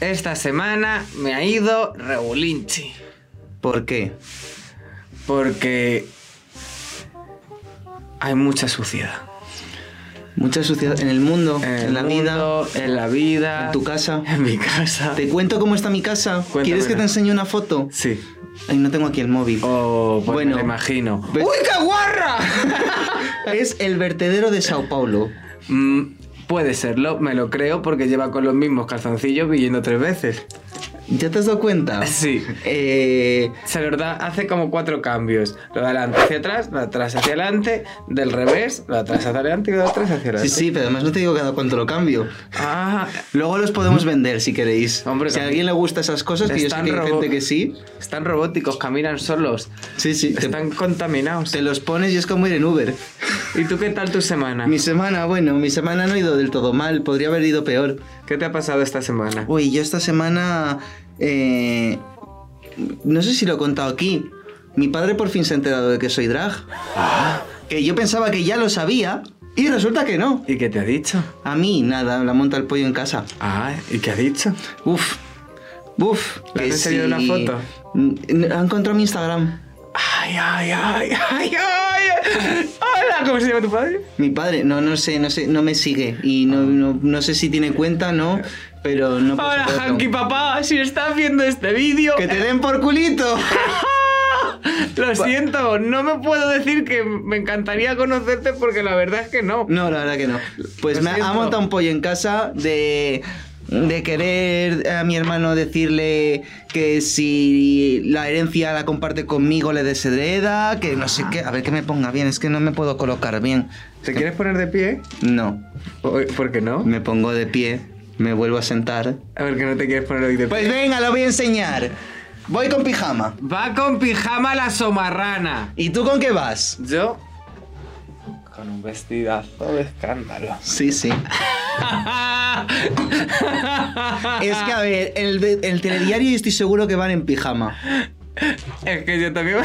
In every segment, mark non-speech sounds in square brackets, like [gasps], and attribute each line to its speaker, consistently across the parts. Speaker 1: Esta semana me ha ido regulinchi.
Speaker 2: ¿Por qué?
Speaker 1: Porque hay mucha suciedad.
Speaker 2: Mucha suciedad en el mundo, en,
Speaker 1: el
Speaker 2: la
Speaker 1: mundo,
Speaker 2: vida,
Speaker 1: en la vida,
Speaker 2: en tu casa.
Speaker 1: en mi casa.
Speaker 2: Te cuento cómo está mi casa.
Speaker 1: Cuéntamela.
Speaker 2: ¿Quieres que te enseñe una foto?
Speaker 1: Sí.
Speaker 2: Ay, no tengo aquí el móvil.
Speaker 1: Oh, pues
Speaker 2: Bueno.
Speaker 1: me lo imagino.
Speaker 2: Ve-
Speaker 1: ¡Uy, qué guarra!
Speaker 2: [laughs] Es el vertedero de Sao Paulo.
Speaker 1: Mm, puede serlo, me lo creo, porque lleva con los mismos calzoncillos viviendo tres veces.
Speaker 2: ¿Ya te has dado cuenta?
Speaker 1: Sí.
Speaker 2: Eh,
Speaker 1: Se lo da, hace como cuatro cambios. Lo de adelante hacia atrás, lo de atrás hacia adelante, del revés, lo de atrás hacia adelante y lo de atrás hacia adelante.
Speaker 2: sí, sí, pero además no te digo cada cuánto lo cambio.
Speaker 1: Ah,
Speaker 2: Luego los podemos vender si queréis.
Speaker 1: Hombre,
Speaker 2: si a
Speaker 1: cam-
Speaker 2: alguien le gusta esas cosas, que yo sé
Speaker 1: Están
Speaker 2: que hay
Speaker 1: robo-
Speaker 2: gente que sí.
Speaker 1: están robóticos, caminan solos.
Speaker 2: Sí, sí. Te,
Speaker 1: Están contaminados.
Speaker 2: te los pones y es como ir en Uber.
Speaker 1: ¿Y tú qué tal tu semana?
Speaker 2: Mi semana, bueno, mi semana no ha ido del todo mal, podría haber ido peor.
Speaker 1: ¿Qué te ha pasado esta semana?
Speaker 2: Uy, yo esta semana. eh, no sé si lo he contado aquí. Mi padre por fin se ha enterado de que soy drag.
Speaker 1: Ah.
Speaker 2: Que yo pensaba que ya lo sabía y resulta que no.
Speaker 1: ¿Y qué te ha dicho?
Speaker 2: A mí, nada, la monta el pollo en casa.
Speaker 1: Ah, ¿y qué ha dicho?
Speaker 2: Uf. Uf.
Speaker 1: ¿Le
Speaker 2: que
Speaker 1: han enseñado una foto?
Speaker 2: Mm, Ha encontrado mi Instagram.
Speaker 1: Ay, ay, ay, ay, ay. Hola, ¿cómo se llama tu padre?
Speaker 2: Mi padre, no, no sé, no sé, no me sigue. Y no,
Speaker 1: Ah.
Speaker 2: no, no sé si tiene cuenta, no, pero no puedo
Speaker 1: Hola,
Speaker 2: saberlo.
Speaker 1: Hanky papá, si estás viendo este vídeo.
Speaker 2: ¡Que te den por culito!
Speaker 1: Lo siento, no me puedo decir que me encantaría conocerte porque la verdad es que no.
Speaker 2: No, la verdad que no. Pues
Speaker 1: Lo
Speaker 2: me ha- ha
Speaker 1: siento.
Speaker 2: montado un pollo en casa de, de querer a mi hermano decirle que si la herencia la comparte conmigo le deshereda, que no sé qué. A ver que me ponga bien, es que no me puedo colocar bien.
Speaker 1: ¿Te quieres poner de pie?
Speaker 2: No,
Speaker 1: O- ¿Por qué no?
Speaker 2: me pongo de pie, me vuelvo a sentar.
Speaker 1: A ver, que no te quieres poner hoy de pie.
Speaker 2: Pues venga, lo voy a enseñar. Voy con pijama.
Speaker 1: Va con pijama la somarrana.
Speaker 2: ¿Y tú con qué vas?
Speaker 1: Yo. Con un vestidazo de escándalo.
Speaker 2: Sí, sí. [laughs] Es que, a ver, el, de- el telediario yo estoy seguro que van en pijama.
Speaker 1: Es que yo también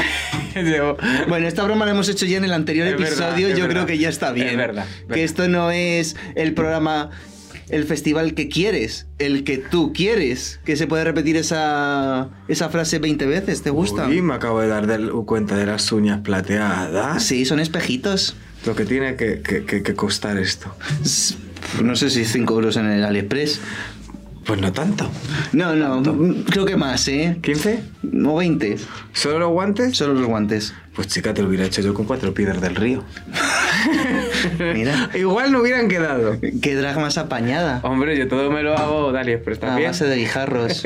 Speaker 1: me [laughs] llevo.
Speaker 2: Bueno, esta broma la hemos hecho ya en el anterior
Speaker 1: Es verdad,
Speaker 2: episodio,
Speaker 1: es
Speaker 2: yo
Speaker 1: verdad.
Speaker 2: creo que ya está
Speaker 1: Es
Speaker 2: bien.
Speaker 1: verdad,
Speaker 2: Que
Speaker 1: verdad.
Speaker 2: esto no es el programa, el festival que quieres, el que tú quieres. Que se puede repetir esa, esa frase 20 veces, ¿te gusta?
Speaker 1: Uy, me acabo de dar del- cuenta de las uñas plateadas.
Speaker 2: Sí, son espejitos.
Speaker 1: Lo que tiene que, que- que- que costar esto.
Speaker 2: S- No sé si 5 euros en el AliExpress.
Speaker 1: Pues no tanto.
Speaker 2: No, no, m- creo que más, ¿eh?
Speaker 1: ¿15?
Speaker 2: O 20.
Speaker 1: ¿Solo los guantes?
Speaker 2: Solo los guantes.
Speaker 1: Pues chica, te lo hubiera hecho yo con cuatro piedras del río.
Speaker 2: Mira,
Speaker 1: Igual no hubieran quedado.
Speaker 2: qué drag más apañada.
Speaker 1: Hombre, yo todo me lo hago Dali Express
Speaker 2: A
Speaker 1: Oh, también.
Speaker 2: base
Speaker 1: [laughs]
Speaker 2: de guijarros.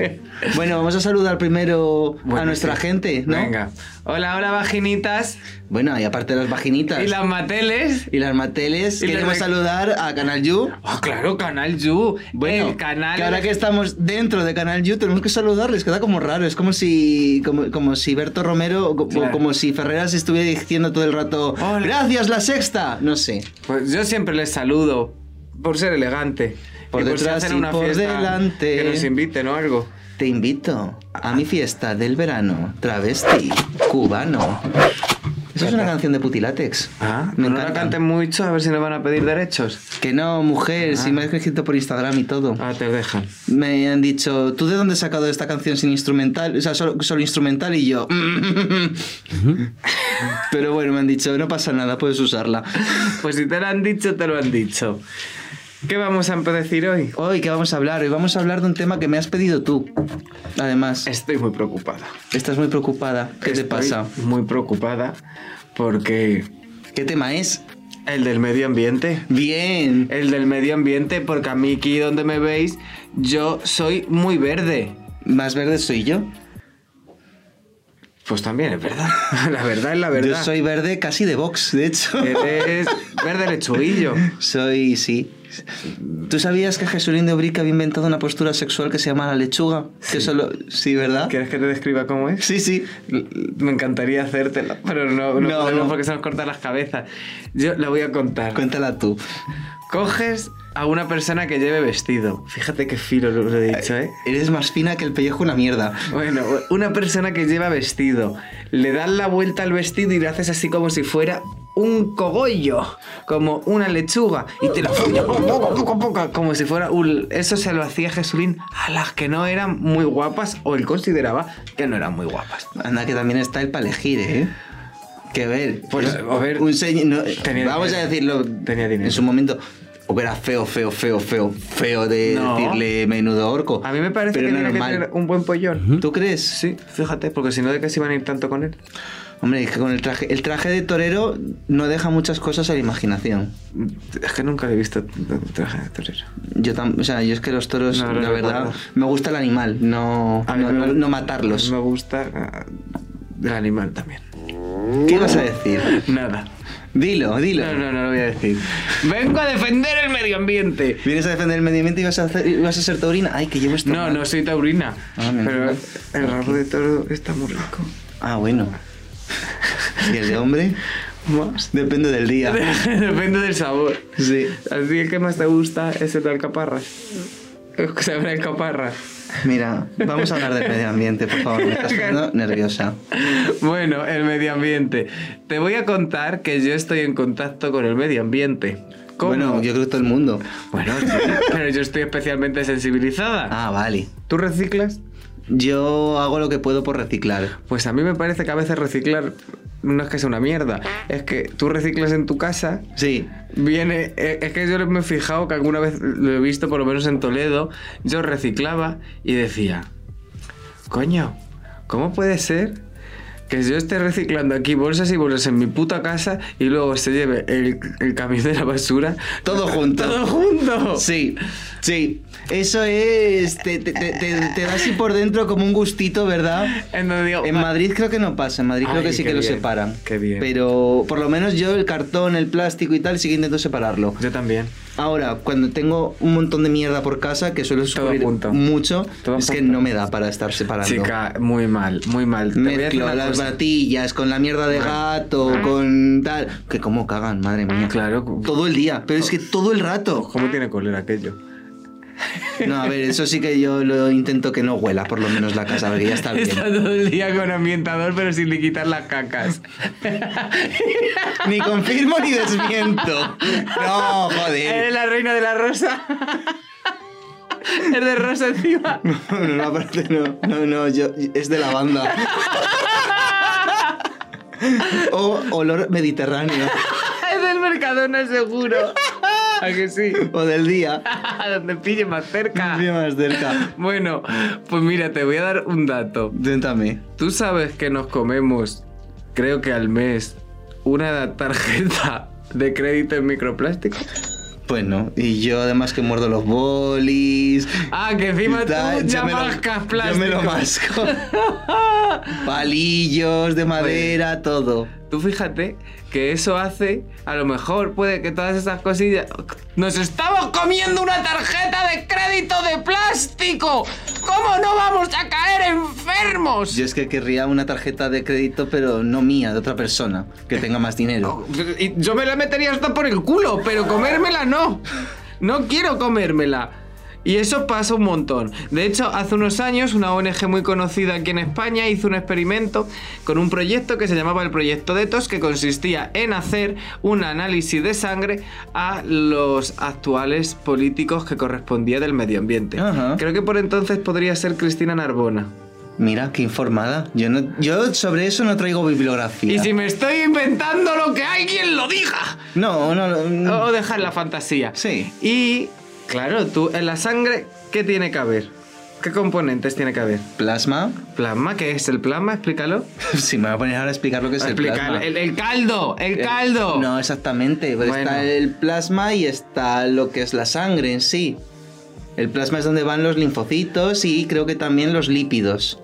Speaker 2: Bueno, vamos a saludar primero a
Speaker 1: Bueno,
Speaker 2: nuestra
Speaker 1: sí.
Speaker 2: gente, ¿no?
Speaker 1: Venga. Hola, hola, vaginitas.
Speaker 2: Bueno, y aparte de las vaginitas
Speaker 1: Y las mateles.
Speaker 2: y las mateles,
Speaker 1: y las
Speaker 2: queremos
Speaker 1: rec-
Speaker 2: saludar a Canal You.
Speaker 1: Ah, claro, Canal You.
Speaker 2: Bueno,
Speaker 1: el canal.
Speaker 2: que ahora que estamos dentro de Canal You, tenemos que saludarles, queda como raro, es como si como, como si Berto Romero o co- o
Speaker 1: Claro.
Speaker 2: como si Ferreras estuviera diciendo todo el rato,
Speaker 1: Hola.
Speaker 2: "Gracias, la sexta", no sé.
Speaker 1: Pues yo siempre les saludo por ser elegante.
Speaker 2: Por
Speaker 1: y si
Speaker 2: detrás
Speaker 1: hacen
Speaker 2: y
Speaker 1: una
Speaker 2: por
Speaker 1: fiesta,
Speaker 2: delante.
Speaker 1: Que nos inviten o algo.
Speaker 2: Te invito a mi fiesta del verano, travesti cubano. Esa es una canción de Putilátex.
Speaker 1: Ah,
Speaker 2: me
Speaker 1: no
Speaker 2: encanta.
Speaker 1: la canten mucho, a ver si nos van a pedir derechos.
Speaker 2: Que no, mujer, si me has escrito por Instagram y todo.
Speaker 1: Ah, te dejan.
Speaker 2: Me han dicho, ¿tú de dónde has sacado esta canción sin instrumental? O sea, solo, solo instrumental
Speaker 1: [laughs]
Speaker 2: y yo. [laughs] Pero bueno, me han dicho, no pasa nada, puedes usarla.
Speaker 1: Pues si te lo han dicho, te lo han dicho. ¿Qué vamos a decir hoy?
Speaker 2: Hoy, ¿qué vamos a hablar? Hoy vamos a hablar de un tema que me has pedido tú. Además,
Speaker 1: Estoy muy preocupada.
Speaker 2: estás muy preocupada. ¿Qué te
Speaker 1: Estoy
Speaker 2: pasa?
Speaker 1: Muy preocupada porque
Speaker 2: ¿Qué tema es?
Speaker 1: el del medio ambiente.
Speaker 2: Bien.
Speaker 1: El del medio ambiente, porque a mí aquí donde me veis, yo soy muy verde.
Speaker 2: Más verde soy yo.
Speaker 1: Pues también es verdad. [laughs] La verdad es la verdad. Eh,
Speaker 2: Yo soy verde casi de box, de hecho.
Speaker 1: Eres verde lechuguillo.
Speaker 2: [laughs] Soy, sí. ¿Tú sabías que Jesulín de Ubrique había inventado una postura sexual que se llama la lechuga? Que solo... Sí, ¿verdad?
Speaker 1: ¿Quieres que te describa cómo es?
Speaker 2: Sí, sí.
Speaker 1: L- Me encantaría hacértela, pero no, no,
Speaker 2: No,
Speaker 1: podemos
Speaker 2: no.
Speaker 1: porque se nos cortan las cabezas. Yo la voy a contar.
Speaker 2: Cuéntala tú.
Speaker 1: Coges a una persona que lleve vestido. Fíjate qué filo lo lo he dicho, ¿eh?
Speaker 2: Eres más fina que el pellejo una mierda.
Speaker 1: Bueno, una persona que lleva vestido, le das la vuelta al vestido y lo haces así como si fuera un cogollo, como una lechuga, y
Speaker 2: [laughs]
Speaker 1: te lo poco, poco, poco, poco, como si fuera un... Eso se lo hacía Jesulín a las que no eran muy guapas, o él consideraba que no eran muy guapas.
Speaker 2: Anda, que también está el para elegir, ¿eh? Que ver.
Speaker 1: Pues, a ver,
Speaker 2: Un señor. no,
Speaker 1: tenía
Speaker 2: vamos
Speaker 1: dinero.
Speaker 2: a decirlo.
Speaker 1: Tenía dinero.
Speaker 2: En su momento. O que era feo, feo, feo, feo, feo de
Speaker 1: No.
Speaker 2: decirle menudo orco.
Speaker 1: A mí me parece
Speaker 2: pero
Speaker 1: que
Speaker 2: era
Speaker 1: tiene que
Speaker 2: normal.
Speaker 1: tener un buen pollón.
Speaker 2: ¿Tú crees?
Speaker 1: Sí, fíjate, porque si no, ¿de qué se iban a ir tanto con él?
Speaker 2: Hombre, es que con el traje. El traje de torero no deja muchas cosas a la imaginación.
Speaker 1: Es que nunca le he visto traje de torero.
Speaker 2: Yo tam- o sea, yo es que los toros,
Speaker 1: No, no
Speaker 2: la verdad,
Speaker 1: recuerdo.
Speaker 2: me gusta el animal, no,
Speaker 1: A mí
Speaker 2: no,
Speaker 1: me
Speaker 2: no-
Speaker 1: gu-
Speaker 2: no matarlos.
Speaker 1: Me gusta ah, el animal también.
Speaker 2: ¿Qué ibas a decir?
Speaker 1: Nada.
Speaker 2: Dilo, dilo.
Speaker 1: No, no, no lo voy a decir. Vengo a defender el medio ambiente.
Speaker 2: Vienes a defender el medio ambiente y vas a, hacer- y vas a ser taurina. Ay, que llevo esto.
Speaker 1: No,
Speaker 2: mal.
Speaker 1: no soy taurina.
Speaker 2: Ah, me
Speaker 1: pero
Speaker 2: entiendo.
Speaker 1: el rabo de toro está muy rico.
Speaker 2: Ah, bueno. ¿Y el de hombre?
Speaker 1: Más.
Speaker 2: Depende del
Speaker 1: [laughs]
Speaker 2: día.
Speaker 1: Depende del sabor.
Speaker 2: Sí.
Speaker 1: Así el que más te gusta es el de alcaparras. Sabrá alcaparras.
Speaker 2: Mira, vamos a hablar del medio ambiente, por favor. Me
Speaker 1: [laughs]
Speaker 2: estás poniendo nerviosa.
Speaker 1: Bueno, el medio ambiente. Te voy a contar que yo estoy en contacto con el medio ambiente. ¿Cómo?
Speaker 2: Bueno, yo creo que todo el mundo. [laughs]
Speaker 1: Bueno, sí, pero yo estoy especialmente sensibilizada.
Speaker 2: Ah, vale.
Speaker 1: ¿Tú reciclas?
Speaker 2: Yo hago lo que puedo por reciclar.
Speaker 1: Pues a mí me parece que a veces reciclar no es que sea una mierda, es que tú reciclas en tu casa.
Speaker 2: Sí.
Speaker 1: Viene, eh, es que yo me he fijado que alguna vez lo he visto, por lo menos en Toledo, yo reciclaba y decía, coño, ¿cómo puede ser que yo esté reciclando aquí bolsas y bolsas en mi puta casa y luego se lleve el, el camión de la basura?
Speaker 2: Todo junto.
Speaker 1: ¡Todo junto!
Speaker 2: Sí, sí. Eso es. Te, te, te, te- te da así por dentro como un gustito, ¿verdad?
Speaker 1: En donde digo,
Speaker 2: En Madrid creo que no pasa, en Madrid creo
Speaker 1: Ay,
Speaker 2: que sí
Speaker 1: qué
Speaker 2: que lo
Speaker 1: bien,
Speaker 2: separan.
Speaker 1: qué bien.
Speaker 2: Pero por lo menos yo el cartón, el plástico y tal, sí que intento separarlo.
Speaker 1: Yo también.
Speaker 2: Ahora, cuando tengo un montón de mierda por casa, que suelo sufrir
Speaker 1: junto.
Speaker 2: mucho,
Speaker 1: Todo
Speaker 2: es que
Speaker 1: junto.
Speaker 2: no me da para estar separando.
Speaker 1: Chica, muy mal, muy mal. Te voy a decir
Speaker 2: Mezclo
Speaker 1: una
Speaker 2: las
Speaker 1: cosa.
Speaker 2: batillas con la mierda de gato, con tal. Que cómo cagan, madre mía.
Speaker 1: Claro,
Speaker 2: Todo el día, pero es que todo el rato.
Speaker 1: ¿Cómo tiene color aquello?
Speaker 2: No, a ver, eso sí que yo lo intento que no huela, por lo menos la casa, porque ya está bien.
Speaker 1: Está todo el día con ambientador, pero sin le quitar las cacas.
Speaker 2: Ni confirmo ni desmiento. No, joder.
Speaker 1: Eres la reina de la rosa. Es de rosa encima.
Speaker 2: [laughs] No, no, no, aparte no. No, no, yo, es
Speaker 1: [laughs]
Speaker 2: de lavanda. O olor mediterráneo.
Speaker 1: Es del Mercadona seguro. [laughs] ¿A que sí?
Speaker 2: O del día.
Speaker 1: Donde pille más cerca.
Speaker 2: Bien más cerca.
Speaker 1: Bueno, pues mira, te voy a dar un dato.
Speaker 2: Cuéntame.
Speaker 1: ¿Tú sabes que nos comemos, creo que al mes, una tarjeta de crédito en microplástico?
Speaker 2: Pues no. Y yo además que muerdo los bolis.
Speaker 1: Ah, que encima
Speaker 2: y
Speaker 1: tú
Speaker 2: tal,
Speaker 1: ya
Speaker 2: yo me lo-
Speaker 1: mascas
Speaker 2: Yo
Speaker 1: plástico.
Speaker 2: me
Speaker 1: [laughs]
Speaker 2: lo masco. Palillos
Speaker 1: Pues
Speaker 2: de madera, todo.
Speaker 1: Tú fíjate que eso hace, a lo mejor puede que todas esas cosillas... ¡Nos estamos comiendo una tarjeta de crédito de plástico! ¿Cómo no vamos a caer enfermos?
Speaker 2: Yo es que querría una tarjeta de crédito, pero no mía, de otra persona, que tenga más dinero.
Speaker 1: Y Yo me la metería hasta por el culo, pero comérmela no. No quiero comérmela. Y eso pasa un montón. De hecho, hace unos años una ONG muy conocida aquí en España hizo un experimento con un proyecto que se llamaba el Proyecto DETOS, que consistía en hacer un análisis de sangre a los actuales políticos que correspondía del medio ambiente.
Speaker 2: Ajá.
Speaker 1: Creo que por entonces podría ser Cristina Narbona.
Speaker 2: Mira, qué informada. Yo, no, yo sobre eso no traigo bibliografía.
Speaker 1: Y si me estoy inventando lo que alguien lo diga.
Speaker 2: No, no, no.
Speaker 1: O dejar la fantasía.
Speaker 2: Sí.
Speaker 1: Y, claro, tú, en la sangre, ¿qué tiene que haber? ¿Qué componentes tiene que haber?
Speaker 2: Plasma. [laughs]
Speaker 1: ¿Plasma? ¿Qué es el plasma? Explícalo.
Speaker 2: Si me voy a poner ahora a explicar lo que es el
Speaker 1: Explicar.
Speaker 2: plasma.
Speaker 1: El, Eh, el caldo, el caldo.
Speaker 2: No, exactamente. pero
Speaker 1: Bueno.
Speaker 2: Está el plasma y está lo que es la sangre en sí. El plasma es donde van los linfocitos y creo que también los lípidos.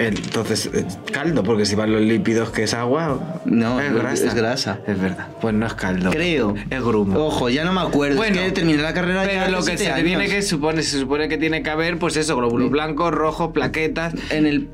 Speaker 1: Entonces, eh, caldo, porque si van los lípidos, que es agua?
Speaker 2: No, es- es grasa.
Speaker 1: Es verdad. Pues no es caldo.
Speaker 2: Creo.
Speaker 1: Es grumo.
Speaker 2: Ojo, ya no me acuerdo.
Speaker 1: Bueno,
Speaker 2: es que terminé la carrera ya
Speaker 1: Pero
Speaker 2: hace
Speaker 1: lo que
Speaker 2: siete
Speaker 1: se
Speaker 2: años.
Speaker 1: viene que supone, se supone que tiene que haber, pues eso, glóbulos blancos, rojos, plaquetas.
Speaker 2: En el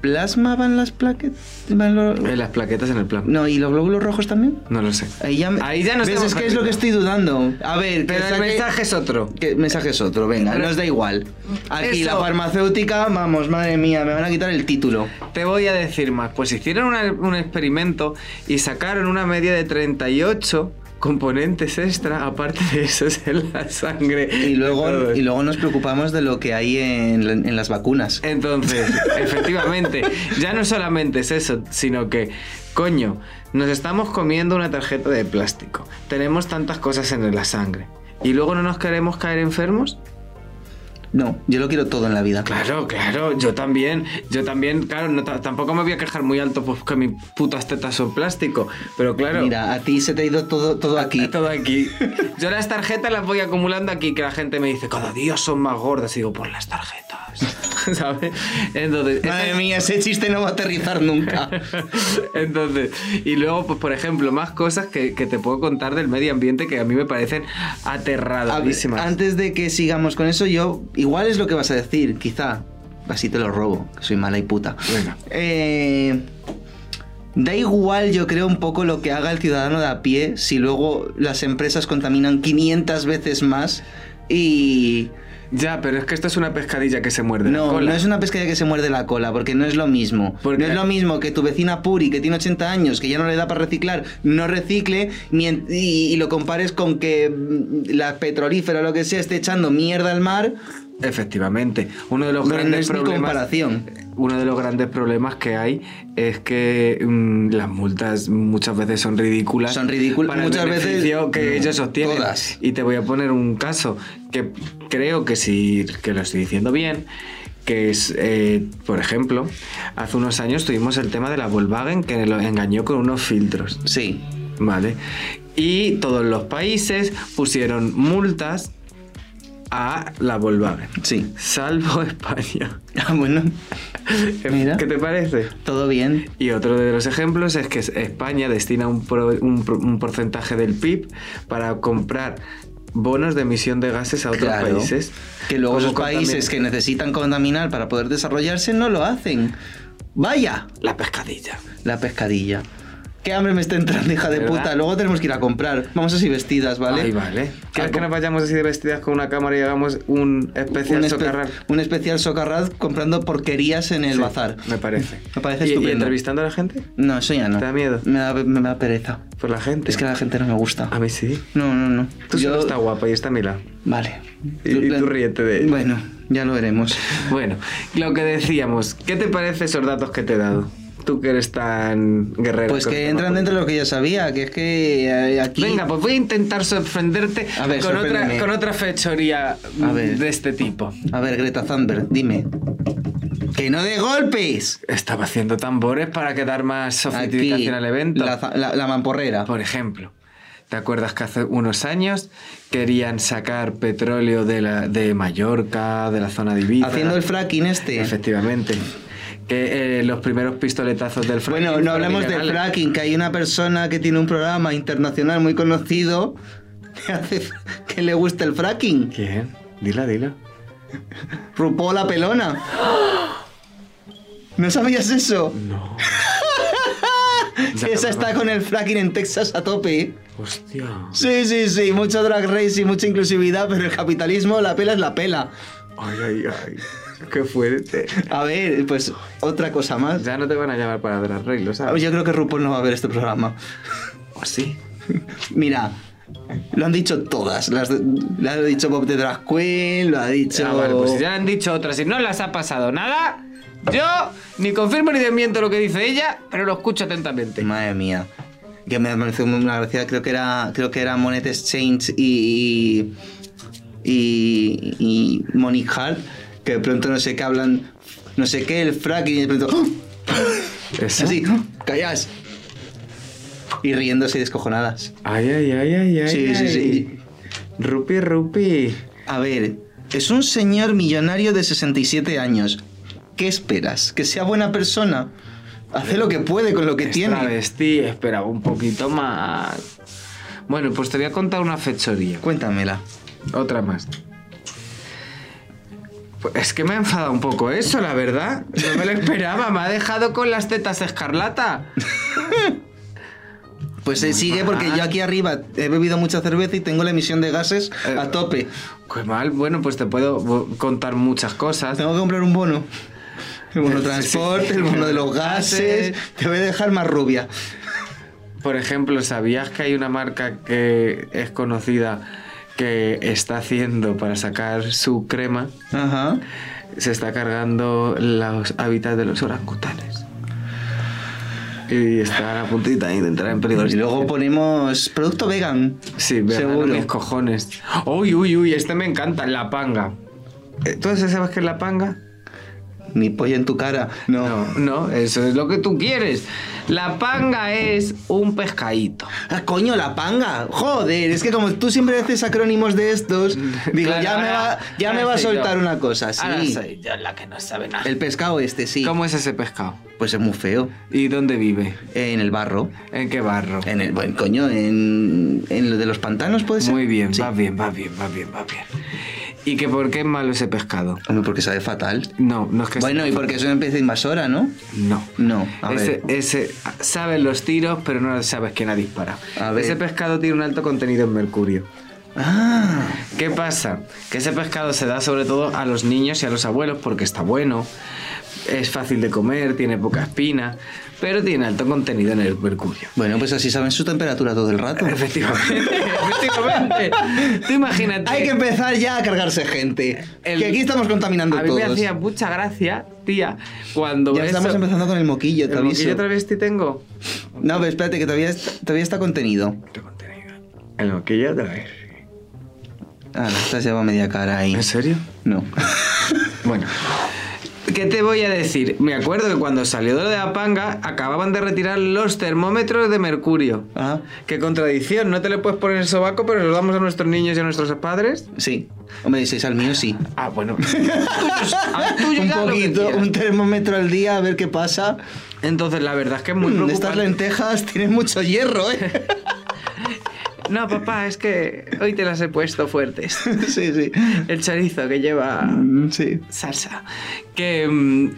Speaker 2: plasma van las plaquetas? Van los-
Speaker 1: Eh, Las plaquetas en el plasma.
Speaker 2: No, ¿y los glóbulos rojos también?
Speaker 1: No lo sé.
Speaker 2: Ahí ya, me-
Speaker 1: Ahí ya nos
Speaker 2: ¿Ves?
Speaker 1: hemos
Speaker 2: Es que es lo
Speaker 1: perdido.
Speaker 2: que estoy dudando. A ver, que
Speaker 1: Pero el
Speaker 2: saque-
Speaker 1: mensaje es otro.
Speaker 2: ¿Qué mensaje es otro? Venga,
Speaker 1: Pero-
Speaker 2: nos da igual. Aquí
Speaker 1: Eso.
Speaker 2: la farmacéutica, vamos, madre mía, me van a quitar el título.
Speaker 1: Te voy a decir más. Pues hicieron una- un experimento y sacaron una media de 38 componentes extra, aparte de [laughs] esos en la sangre. [laughs]
Speaker 2: Y luego,
Speaker 1: Todos.
Speaker 2: y luego nos preocupamos de lo que hay en, en las vacunas.
Speaker 1: Entonces, efectivamente, ya no solamente es eso, sino que, coño, nos estamos comiendo una tarjeta de plástico. Tenemos tantas cosas en la sangre. ¿Y luego no nos queremos caer enfermos?
Speaker 2: No, yo lo quiero todo en la vida.
Speaker 1: Claro, claro, yo también, yo también, claro, no, ta- tampoco me voy a quejar muy alto porque mis putas tetas son plástico, pero claro,
Speaker 2: Mira, a ti se te ha ido todo, todo aquí.
Speaker 1: todo aquí. Yo las tarjetas las voy acumulando aquí, que la gente me dice, cada día son más gordas, y digo, por las tarjetas, [laughs] ¿sabes? Entonces, [laughs]
Speaker 2: Madre
Speaker 1: ese-
Speaker 2: mía, ese chiste no va a
Speaker 1: [laughs]
Speaker 2: aterrizar nunca.
Speaker 1: Entonces, y luego, pues por ejemplo, más cosas que, que te puedo contar del medio ambiente que a mí me parecen
Speaker 2: A ver,
Speaker 1: aterradorísimas.
Speaker 2: Antes de que sigamos con eso, yo igual es lo que vas a decir, quizá. Así te lo robo, que soy mala y puta.
Speaker 1: Venga.
Speaker 2: Eh, da igual, yo creo, un poco lo que haga el ciudadano de a pie si luego las empresas contaminan 500 veces más y...
Speaker 1: Ya, pero es que esto es una pescadilla que se muerde. la
Speaker 2: No,
Speaker 1: cola.
Speaker 2: no es una pescadilla que se muerde la cola, porque no es lo mismo.
Speaker 1: ¿Por
Speaker 2: No
Speaker 1: qué?
Speaker 2: es lo mismo que tu vecina Puri, que tiene 80 años, que ya no le da para reciclar, no recicle mien- y, y lo compares con que mm, la petrolífera o lo que sea esté echando mierda al mar.
Speaker 1: Efectivamente, uno de los
Speaker 2: No, no
Speaker 1: grandes
Speaker 2: es ni
Speaker 1: problemas.
Speaker 2: comparación.
Speaker 1: Uno de los grandes problemas que hay es que mm, las multas muchas veces son ridículas.
Speaker 2: Son ridículas.
Speaker 1: para
Speaker 2: Muchas
Speaker 1: el
Speaker 2: veces-
Speaker 1: beneficio que
Speaker 2: no,
Speaker 1: ellos obtienen.
Speaker 2: todas.
Speaker 1: Y te voy a poner un caso que creo que sí que lo estoy diciendo bien. Que es, eh, por ejemplo, hace unos años tuvimos el tema de la Volkswagen que lo engañó con unos filtros.
Speaker 2: Sí.
Speaker 1: Vale. Y todos los países pusieron multas a la Volkswagen.
Speaker 2: Sí. [laughs]
Speaker 1: Salvo [laughs] España. [laughs]
Speaker 2: Ah, bueno, Mira.
Speaker 1: ¿Qué te parece?
Speaker 2: todo bien.
Speaker 1: Y otro de los ejemplos es que España destina un, pro- un pro- un porcentaje del PIB para comprar bonos de emisión de gases a otros
Speaker 2: Claro.
Speaker 1: países.
Speaker 2: Que luego
Speaker 1: Como
Speaker 2: esos países
Speaker 1: contamin-
Speaker 2: que necesitan contaminar para poder desarrollarse no lo hacen. Vaya,
Speaker 1: La pescadilla.
Speaker 2: la pescadilla. Qué hambre me está entrando, hija de
Speaker 1: ¿Verdad?
Speaker 2: puta. Luego tenemos que ir a comprar. Vamos así vestidas, ¿vale?
Speaker 1: Ay, vale. ¿Quieres
Speaker 2: Ah,
Speaker 1: que nos vayamos así de vestidas con una cámara y hagamos un especial
Speaker 2: un, espe-
Speaker 1: socarrat?
Speaker 2: un especial socarrat comprando porquerías en el
Speaker 1: Sí,
Speaker 2: bazar.
Speaker 1: Me parece.
Speaker 2: [laughs] Me parece
Speaker 1: ¿Y- ¿Y,
Speaker 2: estupendo.
Speaker 1: entrevistando a la gente?
Speaker 2: No, eso ya no.
Speaker 1: ¿Te da miedo?
Speaker 2: Me da, me da pereza.
Speaker 1: Por la gente.
Speaker 2: Es que la gente no me gusta.
Speaker 1: A mí sí.
Speaker 2: No, no, no.
Speaker 1: Tú solo está guapa y está Mila.
Speaker 2: Vale.
Speaker 1: Y- y tú ríete de ella.
Speaker 2: Bueno, ya lo veremos.
Speaker 1: Bueno, lo que decíamos, ¿qué te parece esos datos que te he dado? Tú que eres tan guerrero.
Speaker 2: Pues
Speaker 1: con
Speaker 2: que
Speaker 1: el
Speaker 2: entran
Speaker 1: tema
Speaker 2: dentro de lo que yo sabía, que es que eh, aquí...
Speaker 1: Venga, pues voy a intentar sorprenderte
Speaker 2: A ver,
Speaker 1: con, otra,
Speaker 2: sorpréndeme.
Speaker 1: con otra fechoría
Speaker 2: A
Speaker 1: mm,
Speaker 2: ver.
Speaker 1: de este tipo.
Speaker 2: A ver, Greta Thunberg, dime. ¡Que no de golpes!
Speaker 1: Estaba haciendo tambores para quedar más
Speaker 2: Aquí,
Speaker 1: sofisticación al evento.
Speaker 2: La, za- la- la mamporrera.
Speaker 1: Por ejemplo, ¿te acuerdas que hace unos años querían sacar petróleo de, la, de Mallorca, de la zona de Ibiza?
Speaker 2: Haciendo el fracking este.
Speaker 1: Efectivamente. Que eh, los primeros pistoletazos del fracking.
Speaker 2: Bueno, no
Speaker 1: fueron
Speaker 2: hablemos del
Speaker 1: ilegales.
Speaker 2: fracking, que hay una persona que tiene un programa internacional muy conocido que, hace- que le gusta el fracking.
Speaker 1: ¿Quién? Dila,
Speaker 2: [laughs]
Speaker 1: dila.
Speaker 2: Rupó la pelona. [gasps] ¿No sabías eso?
Speaker 1: No.
Speaker 2: Esa está con el fracking en Texas a tope.
Speaker 1: Hostia.
Speaker 2: Sí, sí, sí, mucho drag race y mucha inclusividad, pero el capitalismo, la pela es la pela.
Speaker 1: Ay, ay, ay. Qué fuerte.
Speaker 2: A ver, pues otra cosa más.
Speaker 1: Ya no te van a llamar para dar arreglos, ¿sabes?
Speaker 2: Ah, Yo creo que RuPaul no va a ver este programa.
Speaker 1: ¿O sí?
Speaker 2: Mira, lo han dicho todas. Las de- lo ha dicho Bob de Drag Queen, lo ha dicho.
Speaker 1: Ah, vale, pues si ya han dicho otras. Si no las ha pasado nada, yo ni confirmo ni desmiento lo que dice ella, pero lo escucho atentamente.
Speaker 2: Madre mía. Que me pareció muy una gracia. Creo que era, creo que era Monet Exchange y. y. y Monique Hart. Que de pronto no sé qué hablan. No sé qué, el fracking. Y de pronto. ¡oh!
Speaker 1: ¿Eso?
Speaker 2: Así, ¡oh! ¡callas! Y riéndose y descojonadas.
Speaker 1: Ay, ay, ay, ay, ay.
Speaker 2: Sí, sí,
Speaker 1: ay.
Speaker 2: sí.
Speaker 1: Rupi, rupi.
Speaker 2: A ver, es un señor millonario de 67 años. ¿Qué esperas? ¿Que sea buena persona? Hace lo que puede con lo que
Speaker 1: Es
Speaker 2: tiene.
Speaker 1: travesti, esperaba un poquito más. Bueno, pues te voy a contar una fechoría.
Speaker 2: Cuéntamela.
Speaker 1: Otra más. Pues es que me ha enfadado un poco eso, la verdad. No me lo esperaba, me ha dejado con las tetas escarlata.
Speaker 2: Pues se sigue porque
Speaker 1: mal.
Speaker 2: yo aquí arriba he bebido mucha cerveza y tengo la emisión de gases
Speaker 1: Eh,
Speaker 2: a tope.
Speaker 1: Pues mal, bueno, pues te puedo bo- contar muchas cosas.
Speaker 2: Tengo que comprar un bono. El
Speaker 1: [laughs]
Speaker 2: bono
Speaker 1: Sí,
Speaker 2: transporte,
Speaker 1: sí.
Speaker 2: el bono de los gases. Te voy a dejar más rubia.
Speaker 1: Por ejemplo, ¿sabías que hay una marca que es conocida que está haciendo para sacar su crema?
Speaker 2: Ajá.
Speaker 1: Se está cargando los hábitats de los orangutanes. Y está a la puntita ahí de entrar en peligro.
Speaker 2: Y luego ponemos producto vegan.
Speaker 1: Sí, me
Speaker 2: seguro.
Speaker 1: mis cojones. Uy, uy, uy, este me encanta, la panga. Eh, ¿Tú sabes qué es la panga?
Speaker 2: Mi pollo en tu cara. No.
Speaker 1: No, no, eso es lo que tú quieres. La panga es un pescadito.
Speaker 2: Ah, coño, la panga. Joder, es que como tú siempre haces acrónimos de
Speaker 1: [laughs]
Speaker 2: estos, digo,
Speaker 1: Claro,
Speaker 2: ya me va,
Speaker 1: ahora-
Speaker 2: ya me
Speaker 1: ahora
Speaker 2: va a
Speaker 1: soy
Speaker 2: soltar
Speaker 1: yo.
Speaker 2: una cosa,
Speaker 1: Ahora
Speaker 2: ¿Ah, sí.
Speaker 1: soy yo la que no sabe nada.
Speaker 2: El pescado este, sí.
Speaker 1: ¿Cómo es ese pescado?
Speaker 2: Pues es muy feo.
Speaker 1: ¿Y dónde vive?
Speaker 2: En el barro.
Speaker 1: ¿En qué barro?
Speaker 2: En el, bueno, coño, en, en lo de los pantanos puede ser.
Speaker 1: Muy bien,
Speaker 2: Sí.
Speaker 1: va bien, va bien, va bien, va bien. ¿Y que por qué es malo ese pescado?
Speaker 2: Hombre, porque sabe fatal.
Speaker 1: No, no es que
Speaker 2: Bueno, y porque es una especie invasora, ¿no?
Speaker 1: No.
Speaker 2: No, a
Speaker 1: ese,
Speaker 2: ver.
Speaker 1: ese sabes los tiros, pero no sabes quién ha disparado.
Speaker 2: A ver.
Speaker 1: Ese pescado tiene un alto contenido en mercurio.
Speaker 2: Ah,
Speaker 1: ¿Qué pasa? Que ese pescado se da sobre todo a los niños y a los abuelos porque está bueno, es fácil de comer, tiene poca espina, pero tiene alto contenido en el mercurio. [laughs]
Speaker 2: bueno, pues así saben su temperatura todo el rato.
Speaker 1: Efectivamente, [laughs] efectivamente. Tú imagínate.
Speaker 2: Hay que empezar ya a cargarse gente.
Speaker 1: El-
Speaker 2: Que aquí estamos contaminando
Speaker 1: A mí
Speaker 2: todos.
Speaker 1: me hacía mucha gracia, tía, cuando
Speaker 2: Ya
Speaker 1: eso-
Speaker 2: estamos empezando con el moquillo, te
Speaker 1: el
Speaker 2: aviso.
Speaker 1: moquillo travesti tengo.
Speaker 2: No, pero espérate, que todavía, es- todavía está contenido.
Speaker 1: Alto contenido. El moquillo travesti.
Speaker 2: Ah, la estás lleva media cara ahí.
Speaker 1: ¿En serio?
Speaker 2: No. [laughs]
Speaker 1: Bueno. ¿Qué te voy a decir? Me acuerdo que cuando salió de la panga acababan de retirar los termómetros de mercurio.
Speaker 2: Ah,
Speaker 1: Qué contradicción, no te le puedes poner el sobaco, pero se lo damos a nuestros niños y a nuestros padres.
Speaker 2: sí. Hombre, dices al mío sí.
Speaker 1: Ah, bueno. Al tuyo
Speaker 2: un
Speaker 1: ya lo que
Speaker 2: poquito,
Speaker 1: quieras.
Speaker 2: un termómetro al día, a ver qué pasa.
Speaker 1: [laughs] Entonces, la verdad es que es muy
Speaker 2: Mm,
Speaker 1: preocupante.
Speaker 2: Estas lentejas tienen mucho hierro, ¿eh? [laughs]
Speaker 1: No, papá, es que hoy te las he puesto fuertes.
Speaker 2: sí, sí.
Speaker 1: El chorizo que lleva
Speaker 2: Mm, Sí.
Speaker 1: salsa. Que. mm,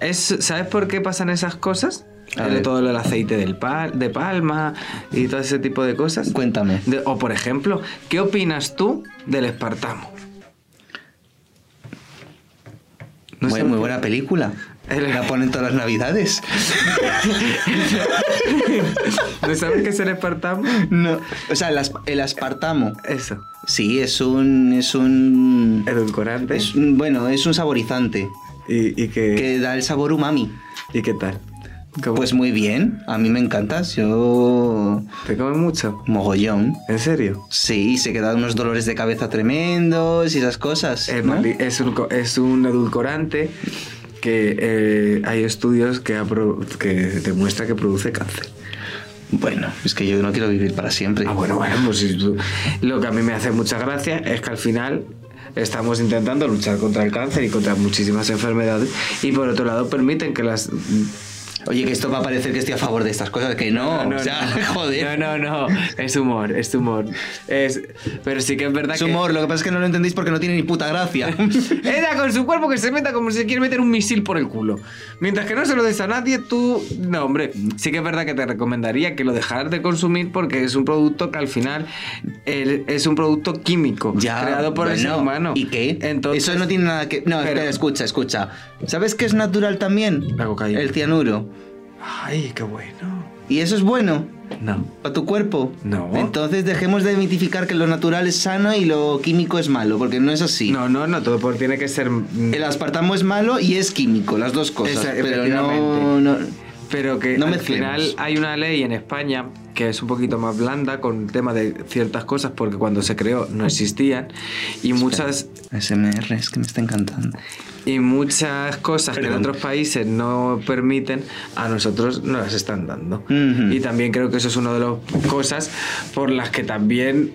Speaker 1: es- ¿Sabes por qué pasan esas cosas?
Speaker 2: A
Speaker 1: El-
Speaker 2: ver.
Speaker 1: todo lo del aceite del pal- de palma y todo ese tipo de cosas.
Speaker 2: Cuéntame.
Speaker 1: De- o, por ejemplo, ¿qué opinas tú del espartamo? No
Speaker 2: muy,
Speaker 1: sé-
Speaker 2: muy buena película.
Speaker 1: El-
Speaker 2: La ponen todas las navidades.
Speaker 1: ¿No sabes qué es el espartamo?
Speaker 2: No. O sea, el, as- el aspartamo.
Speaker 1: Eso.
Speaker 2: Sí, es un. Es un.
Speaker 1: Edulcorante.
Speaker 2: es un- bueno, es un saborizante.
Speaker 1: Y, y que,
Speaker 2: Que da el sabor umami.
Speaker 1: ¿Y qué tal? ¿Cómo-
Speaker 2: Pues muy bien. A mí me encantas. Yo.
Speaker 1: ¿Te comes mucho?
Speaker 2: Mogollón.
Speaker 1: ¿En serio?
Speaker 2: Sí, se quedan unos dolores de cabeza tremendos y esas cosas.
Speaker 1: Es,
Speaker 2: ¿no?
Speaker 1: mali- es un, co- es un edulcorante que eh, hay estudios que, ha pro- que demuestra que produce cáncer.
Speaker 2: Bueno, es que yo no quiero vivir para siempre.
Speaker 1: Ah, bueno, bueno, pues si tú- lo que a mí me hace mucha gracia es que al final estamos intentando luchar contra el cáncer y contra muchísimas enfermedades y por otro lado permiten que las...
Speaker 2: Oye, que esto va a parecer que estoy a favor de estas cosas, que no. o sea, [laughs] joder.
Speaker 1: No, no, no, es humor, es humor. Es... Pero sí que es verdad
Speaker 2: Es
Speaker 1: que...
Speaker 2: humor, lo que pasa es que no lo entendéis porque no tiene ni puta
Speaker 1: [laughs]
Speaker 2: gracia.
Speaker 1: Era con su cuerpo que se meta como si quiere meter un misil por el culo. Mientras que no se lo des a nadie, tú. No, hombre, sí que es verdad que te recomendaría que lo dejaras de consumir porque es un producto que al final el- es un producto químico
Speaker 2: ya.
Speaker 1: creado por el
Speaker 2: bueno,
Speaker 1: ser humano.
Speaker 2: ¿Y qué?
Speaker 1: Entonces,
Speaker 2: Eso no tiene nada que. No, espera,
Speaker 1: Pero-
Speaker 2: escucha, escucha. ¿Sabes qué es natural también?
Speaker 1: La cocaína.
Speaker 2: El cianuro.
Speaker 1: Ay, qué bueno.
Speaker 2: ¿Y eso es bueno?
Speaker 1: No.
Speaker 2: ¿Para tu cuerpo?
Speaker 1: No.
Speaker 2: Entonces dejemos de mitificar que lo natural es sano y lo químico es malo, porque no es así.
Speaker 1: No, no, no, todo por- tiene que ser. mm,
Speaker 2: El aspartamo es malo y es químico, las dos cosas.
Speaker 1: Esa-
Speaker 2: pero no,
Speaker 1: efectivamente.
Speaker 2: no.
Speaker 1: Pero que
Speaker 2: No
Speaker 1: al
Speaker 2: mezclemos.
Speaker 1: final hay una ley en España que es un poquito más blanda con el tema de ciertas cosas porque cuando se creó no existían y muchas
Speaker 2: SMR, es que me está encantando.
Speaker 1: Y muchas cosas que
Speaker 2: Perdón.
Speaker 1: en otros países no permiten, a nosotros nos las están dando.
Speaker 2: Ujú.
Speaker 1: Y también creo que eso es una de las cosas por las que también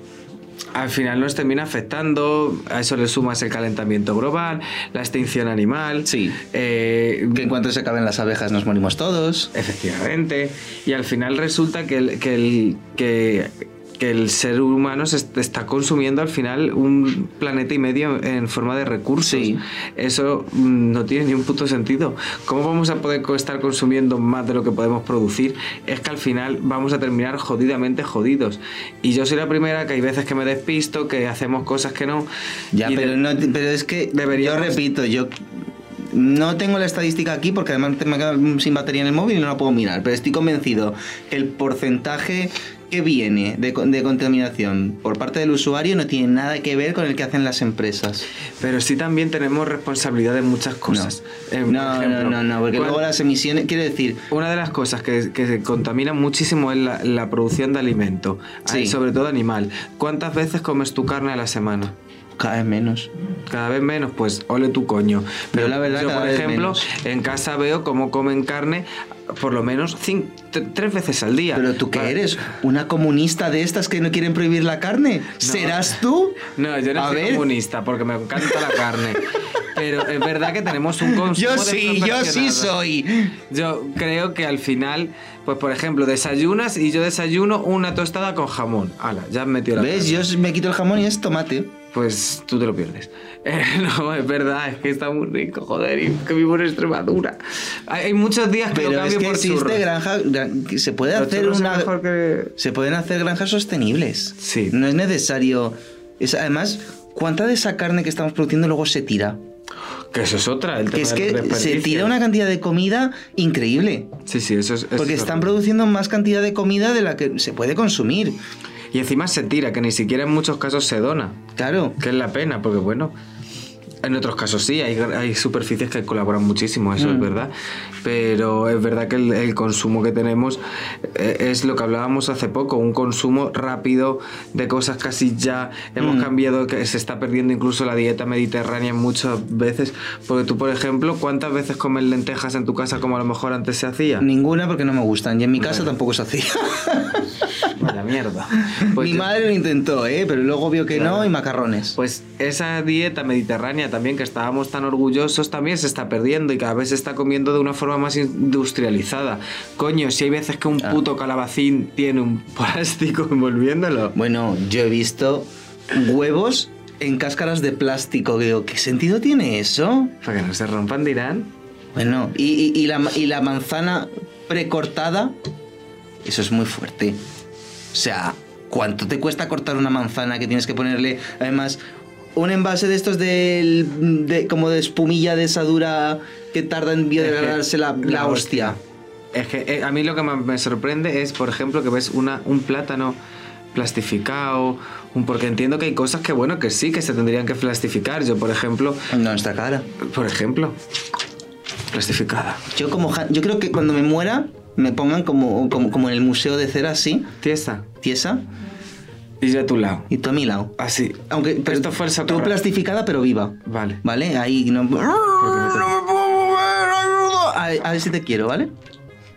Speaker 1: al final nos termina afectando. A eso le sumas el calentamiento global, la extinción animal.
Speaker 2: Sí.
Speaker 1: eh,
Speaker 2: Que en cuanto se acaben las abejas nos morimos todos.
Speaker 1: Efectivamente. Y al final resulta que, el- que, el- que que el ser humano se est- está consumiendo al final un planeta y medio en forma de recursos.
Speaker 2: Sí.
Speaker 1: Eso mm, no tiene ni un puto sentido. ¿Cómo vamos a poder co- estar consumiendo más de lo que podemos producir? Es que al final vamos a terminar jodidamente jodidos. Y yo soy la primera que hay veces que me despisto, que hacemos cosas que no.
Speaker 2: Ya,
Speaker 1: y de-
Speaker 2: pero, no, te- pero es que
Speaker 1: Deberíamos-
Speaker 2: yo repito, yo no tengo la estadística aquí porque además te- me quedo sin batería en el móvil y no la puedo mirar, pero estoy convencido que el porcentaje que viene de, co- de contaminación por parte del usuario no tiene nada que ver con el que hacen las empresas.
Speaker 1: Pero sí también tenemos responsabilidad en muchas cosas. Eh, por
Speaker 2: no, no,
Speaker 1: ejemplo,
Speaker 2: no, no, porque
Speaker 1: cuan-
Speaker 2: luego las emisiones, quiero decir,
Speaker 1: Una de las cosas que, que se contamina muchísimo es la, la producción de alimento,
Speaker 2: Sí.
Speaker 1: ah, sobre todo animal. ¿Cuántas veces comes tu carne a la semana?
Speaker 2: cada vez menos.
Speaker 1: Cada vez menos, pues ole tu coño. Pero
Speaker 2: Yo, la verdad,
Speaker 1: yo,
Speaker 2: cada
Speaker 1: por
Speaker 2: vez
Speaker 1: ejemplo,
Speaker 2: menos.
Speaker 1: en casa veo cómo comen carne por lo menos cin- t- tres veces al día. Ah,
Speaker 2: Pero tú qué
Speaker 1: Para-
Speaker 2: eres, una comunista de estas que no quieren prohibir la carne, ¿serás tú?
Speaker 1: No, yo no
Speaker 2: A
Speaker 1: soy
Speaker 2: ver.
Speaker 1: comunista porque me encanta la
Speaker 2: [laughs]
Speaker 1: carne. Pero es verdad que tenemos un consumo
Speaker 2: Yo sí, yo sí
Speaker 1: desproporcionado.
Speaker 2: soy.
Speaker 1: Yo creo que al final, pues por ejemplo, desayunas y yo desayuno una tostada con jamón. Ala, ya has metido la
Speaker 2: ¿Ves?
Speaker 1: carne.
Speaker 2: Yo me quito el jamón y es tomate.
Speaker 1: Pues tú te lo pierdes. [laughs] Eh, no, es verdad, es que está muy rico, joder, y que vivo en Extremadura. Hay, hay muchos días que lo
Speaker 2: Pero es
Speaker 1: cambio
Speaker 2: que
Speaker 1: por
Speaker 2: existe
Speaker 1: churros.
Speaker 2: granja, gran- que se puede
Speaker 1: Los
Speaker 2: hacer
Speaker 1: churros son
Speaker 2: una,
Speaker 1: mejor que-
Speaker 2: se pueden hacer granjas sostenibles.
Speaker 1: Sí.
Speaker 2: No es necesario. es- además, ¿cuánta de esa carne que estamos produciendo luego se tira?
Speaker 1: Que eso es otra, el tema
Speaker 2: Que es
Speaker 1: del
Speaker 2: que se
Speaker 1: desperdicio.
Speaker 2: tira una cantidad de comida increíble.
Speaker 1: Sí, sí, eso es... eso
Speaker 2: Porque
Speaker 1: es
Speaker 2: están
Speaker 1: horrible.
Speaker 2: produciendo más cantidad de comida de la que se puede consumir.
Speaker 1: Y encima se tira, que ni siquiera en muchos casos se dona.
Speaker 2: Claro.
Speaker 1: Que es la pena, porque bueno, en otros casos sí, hay, hay superficies que colaboran muchísimo, eso es verdad. Pero es verdad que el, el consumo que tenemos eh, es lo que hablábamos hace poco, un consumo rápido de cosas casi ya. Hemos cambiado, que se está perdiendo incluso la dieta mediterránea muchas veces. Porque tú, por ejemplo, ¿cuántas veces comes lentejas en tu casa como a lo mejor antes se hacía?
Speaker 2: Ninguna porque no me gustan. Y en mi casa tampoco se hacía. [laughs]
Speaker 1: Vaya mierda. Pues
Speaker 2: mi
Speaker 1: yo-
Speaker 2: madre lo intentó, ¿eh? Pero luego vio que no y macarrones.
Speaker 1: Pues esa dieta mediterránea también que estábamos tan orgullosos también se está perdiendo y cada vez se está comiendo de una forma más industrializada. Coño, si hay veces que un
Speaker 2: Ah.
Speaker 1: puto calabacín tiene un plástico [laughs] envolviéndolo.
Speaker 2: Bueno, yo he visto huevos en cáscaras de plástico. que Digo, ¿qué sentido tiene eso?
Speaker 1: Para que no se rompan, dirán.
Speaker 2: Bueno, y, y- y la, ma- y la manzana precortada, eso es muy fuerte. O sea, ¿cuánto te cuesta cortar una manzana que tienes que ponerle, además, un envase de estos del- de, como de espumilla de esa dura que tarda en biodegradarse la, la
Speaker 1: La hostia.
Speaker 2: hostia?
Speaker 1: Es que eh, a mí lo que más me sorprende es, por ejemplo, que ves una, un plátano plastificado, un, porque entiendo que hay cosas que, bueno, que sí, que se tendrían que plastificar. Yo, por ejemplo,
Speaker 2: No, está cara.
Speaker 1: por ejemplo, plastificada.
Speaker 2: Yo, como, ja- yo creo que cuando me muera, me pongan como, como, como en el museo de cera, así,
Speaker 1: Tiesa.
Speaker 2: tiesa,
Speaker 1: Y yo a tu lado.
Speaker 2: y tú a mi lado.
Speaker 1: Así.
Speaker 2: Aunque, pero
Speaker 1: Esto fue el
Speaker 2: tú
Speaker 1: socorro.
Speaker 2: plastificada, pero viva.
Speaker 1: Vale.
Speaker 2: ¿Vale? Ahí no.
Speaker 1: no
Speaker 2: A, a ver si te quiero, ¿vale?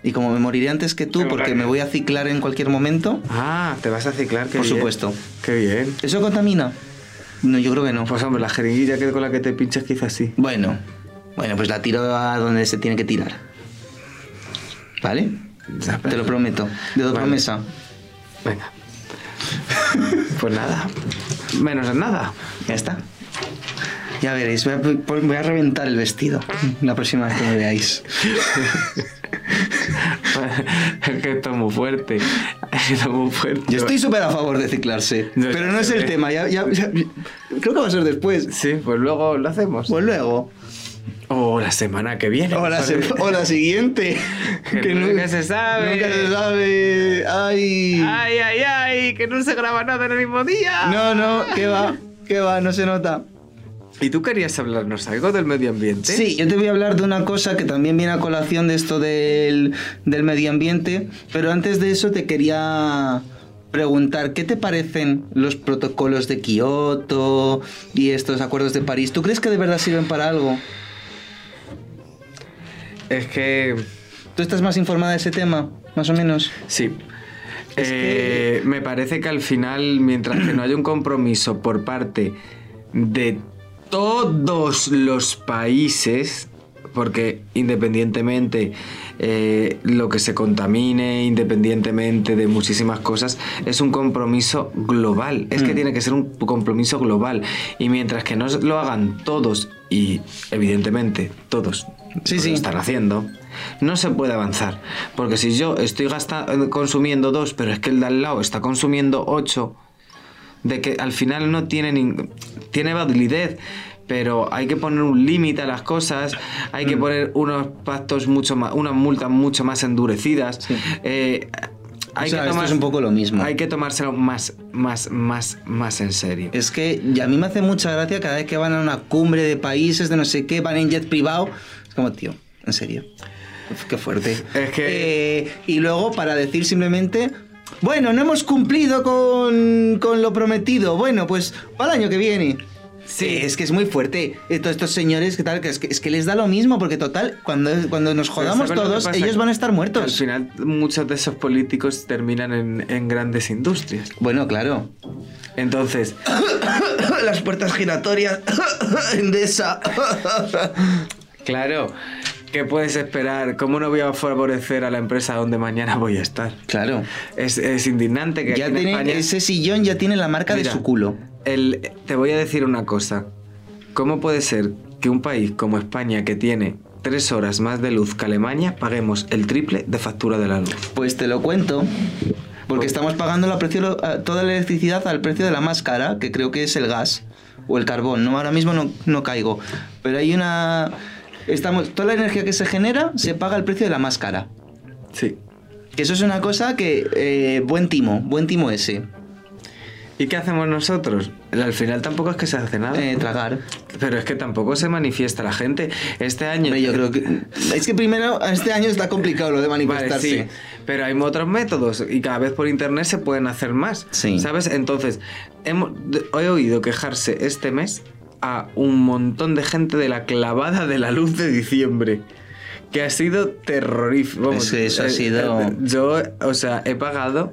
Speaker 2: Y como me moriré antes que tú, porque me voy a ciclar en cualquier momento,
Speaker 1: Ah, te vas a ciclar, qué
Speaker 2: por
Speaker 1: bien.
Speaker 2: supuesto.
Speaker 1: Qué bien.
Speaker 2: ¿Eso contamina? No, yo creo que no.
Speaker 1: Pues hombre, la jeringuilla que con la que te pinchas quizás sí.
Speaker 2: Bueno, bueno, pues la tiro a donde se tiene que tirar. ¿Vale?
Speaker 1: Ya, pero-
Speaker 2: Te lo prometo. De dos
Speaker 1: Vale.
Speaker 2: promesa.
Speaker 1: Venga. [laughs] pues nada. Menos en nada.
Speaker 2: Ya está. Ya veréis, voy a, voy a reventar el vestido la próxima vez que me veáis.
Speaker 1: [laughs] es que esto es muy fuerte. [laughs] Esto es muy fuerte.
Speaker 2: Yo estoy súper a favor de ciclarse,
Speaker 1: No,
Speaker 2: pero no es el
Speaker 1: eh.
Speaker 2: tema. ya- ya- ya- creo que va a ser después.
Speaker 1: Sí, pues luego lo hacemos.
Speaker 2: Pues luego.
Speaker 1: O la semana que viene.
Speaker 2: O la,
Speaker 1: Porque-
Speaker 2: se- o la siguiente.
Speaker 1: [laughs] Que nunca se sabe.
Speaker 2: Nunca se sabe. Ay.
Speaker 1: Ay, ay, ay, que no se graba nada en el mismo día.
Speaker 2: No, no, ¿qué va? ¿Qué va? No se nota.
Speaker 1: ¿Y tú querías hablarnos algo del medio ambiente?
Speaker 2: Sí, yo te voy a hablar de una cosa que también viene a colación de esto del, del medio ambiente, pero antes de eso te quería preguntar, ¿qué te parecen los protocolos de Kioto y estos acuerdos de París? ¿Tú crees que de verdad sirven para algo?
Speaker 1: Es que
Speaker 2: ¿Tú estás más informada de ese tema, más o menos?
Speaker 1: Sí.
Speaker 2: Es
Speaker 1: Eh, Me parece que al final, mientras que no haya un compromiso por parte de todos los países, porque independientemente eh, lo que se contamine, independientemente de muchísimas cosas, es un compromiso global. Es
Speaker 2: Mm.
Speaker 1: que tiene que ser un compromiso global. Y mientras que no lo hagan todos, y evidentemente todos
Speaker 2: Sí,
Speaker 1: lo
Speaker 2: sí.
Speaker 1: están haciendo, no se puede avanzar. Porque si yo estoy gasta- consumiendo dos, pero es que el de al lado está consumiendo ocho, de que al final no tiene nin- tiene validez pero hay que poner un límite a las cosas hay
Speaker 2: Mm.
Speaker 1: que poner unos pactos mucho más unas multas mucho más endurecidas Eh, hay
Speaker 2: O sea,
Speaker 1: que
Speaker 2: esto
Speaker 1: tomar-
Speaker 2: es un poco lo mismo.
Speaker 1: hay que tomárselo más más más más en serio
Speaker 2: Es que y a mí me hace mucha gracia cada vez que van a una cumbre de países, de no sé qué, van en jet privado. Es como, tío, en serio. Uf, Qué fuerte.
Speaker 1: Es que-
Speaker 2: Eh, y luego para decir simplemente, bueno, no hemos cumplido con, con lo prometido. Bueno, pues para el año que viene. Sí, es que es muy fuerte. Eh, Todos estos señores, que tal? Que es, que, es que les da lo mismo, porque total, cuando, cuando nos jodamos
Speaker 1: ¿Sabes lo que
Speaker 2: todos,
Speaker 1: pasa?
Speaker 2: ellos van a estar
Speaker 1: Que
Speaker 2: muertos.
Speaker 1: al final muchos de esos políticos terminan en, en grandes industrias
Speaker 2: Bueno, claro.
Speaker 1: entonces
Speaker 2: [coughs] Las puertas giratorias. [coughs] Endesa.
Speaker 1: claro ¿Qué puedes esperar? ¿Cómo no voy a favorecer a la empresa donde mañana voy a estar?
Speaker 2: claro.
Speaker 1: Es, es indignante que
Speaker 2: Ya
Speaker 1: aquí en
Speaker 2: tiene-
Speaker 1: España...
Speaker 2: ese sillón ya tiene la marca
Speaker 1: Mira,
Speaker 2: de su culo.
Speaker 1: el- te voy a decir una cosa. ¿Cómo puede ser que un país como España, que tiene tres horas más de luz que Alemania, paguemos el triple de factura de la luz?
Speaker 2: Pues te lo cuento.
Speaker 1: Pues-
Speaker 2: Porque estamos pagando la precio, a toda la electricidad al precio de la más cara, que creo que es el gas o el carbón. No, ahora mismo no, no caigo. Pero hay una. Estamos, toda la energía que se genera se paga al precio de la más cara.
Speaker 1: Sí.
Speaker 2: Que eso es una cosa que. eh, buen timo, buen timo ese.
Speaker 1: ¿Y qué hacemos nosotros? Al final tampoco es que se hace nada.
Speaker 2: eh, tragar.
Speaker 1: Pero es que tampoco se manifiesta la gente. Este año...
Speaker 2: Hombre, yo creo que. Es que primero, este año está complicado lo de
Speaker 1: Vale,
Speaker 2: manifestarse.
Speaker 1: sí, pero hay otros métodos y cada vez por internet se pueden hacer más.
Speaker 2: Sí.
Speaker 1: ¿Sabes? Entonces, hemo- de- he oído quejarse este mes a un montón de gente de la clavada de la luz de diciembre. Que ha sido terrorífico. Vamos, eh,
Speaker 2: Es que eso ha sido-
Speaker 1: Yo, o sea, he pagado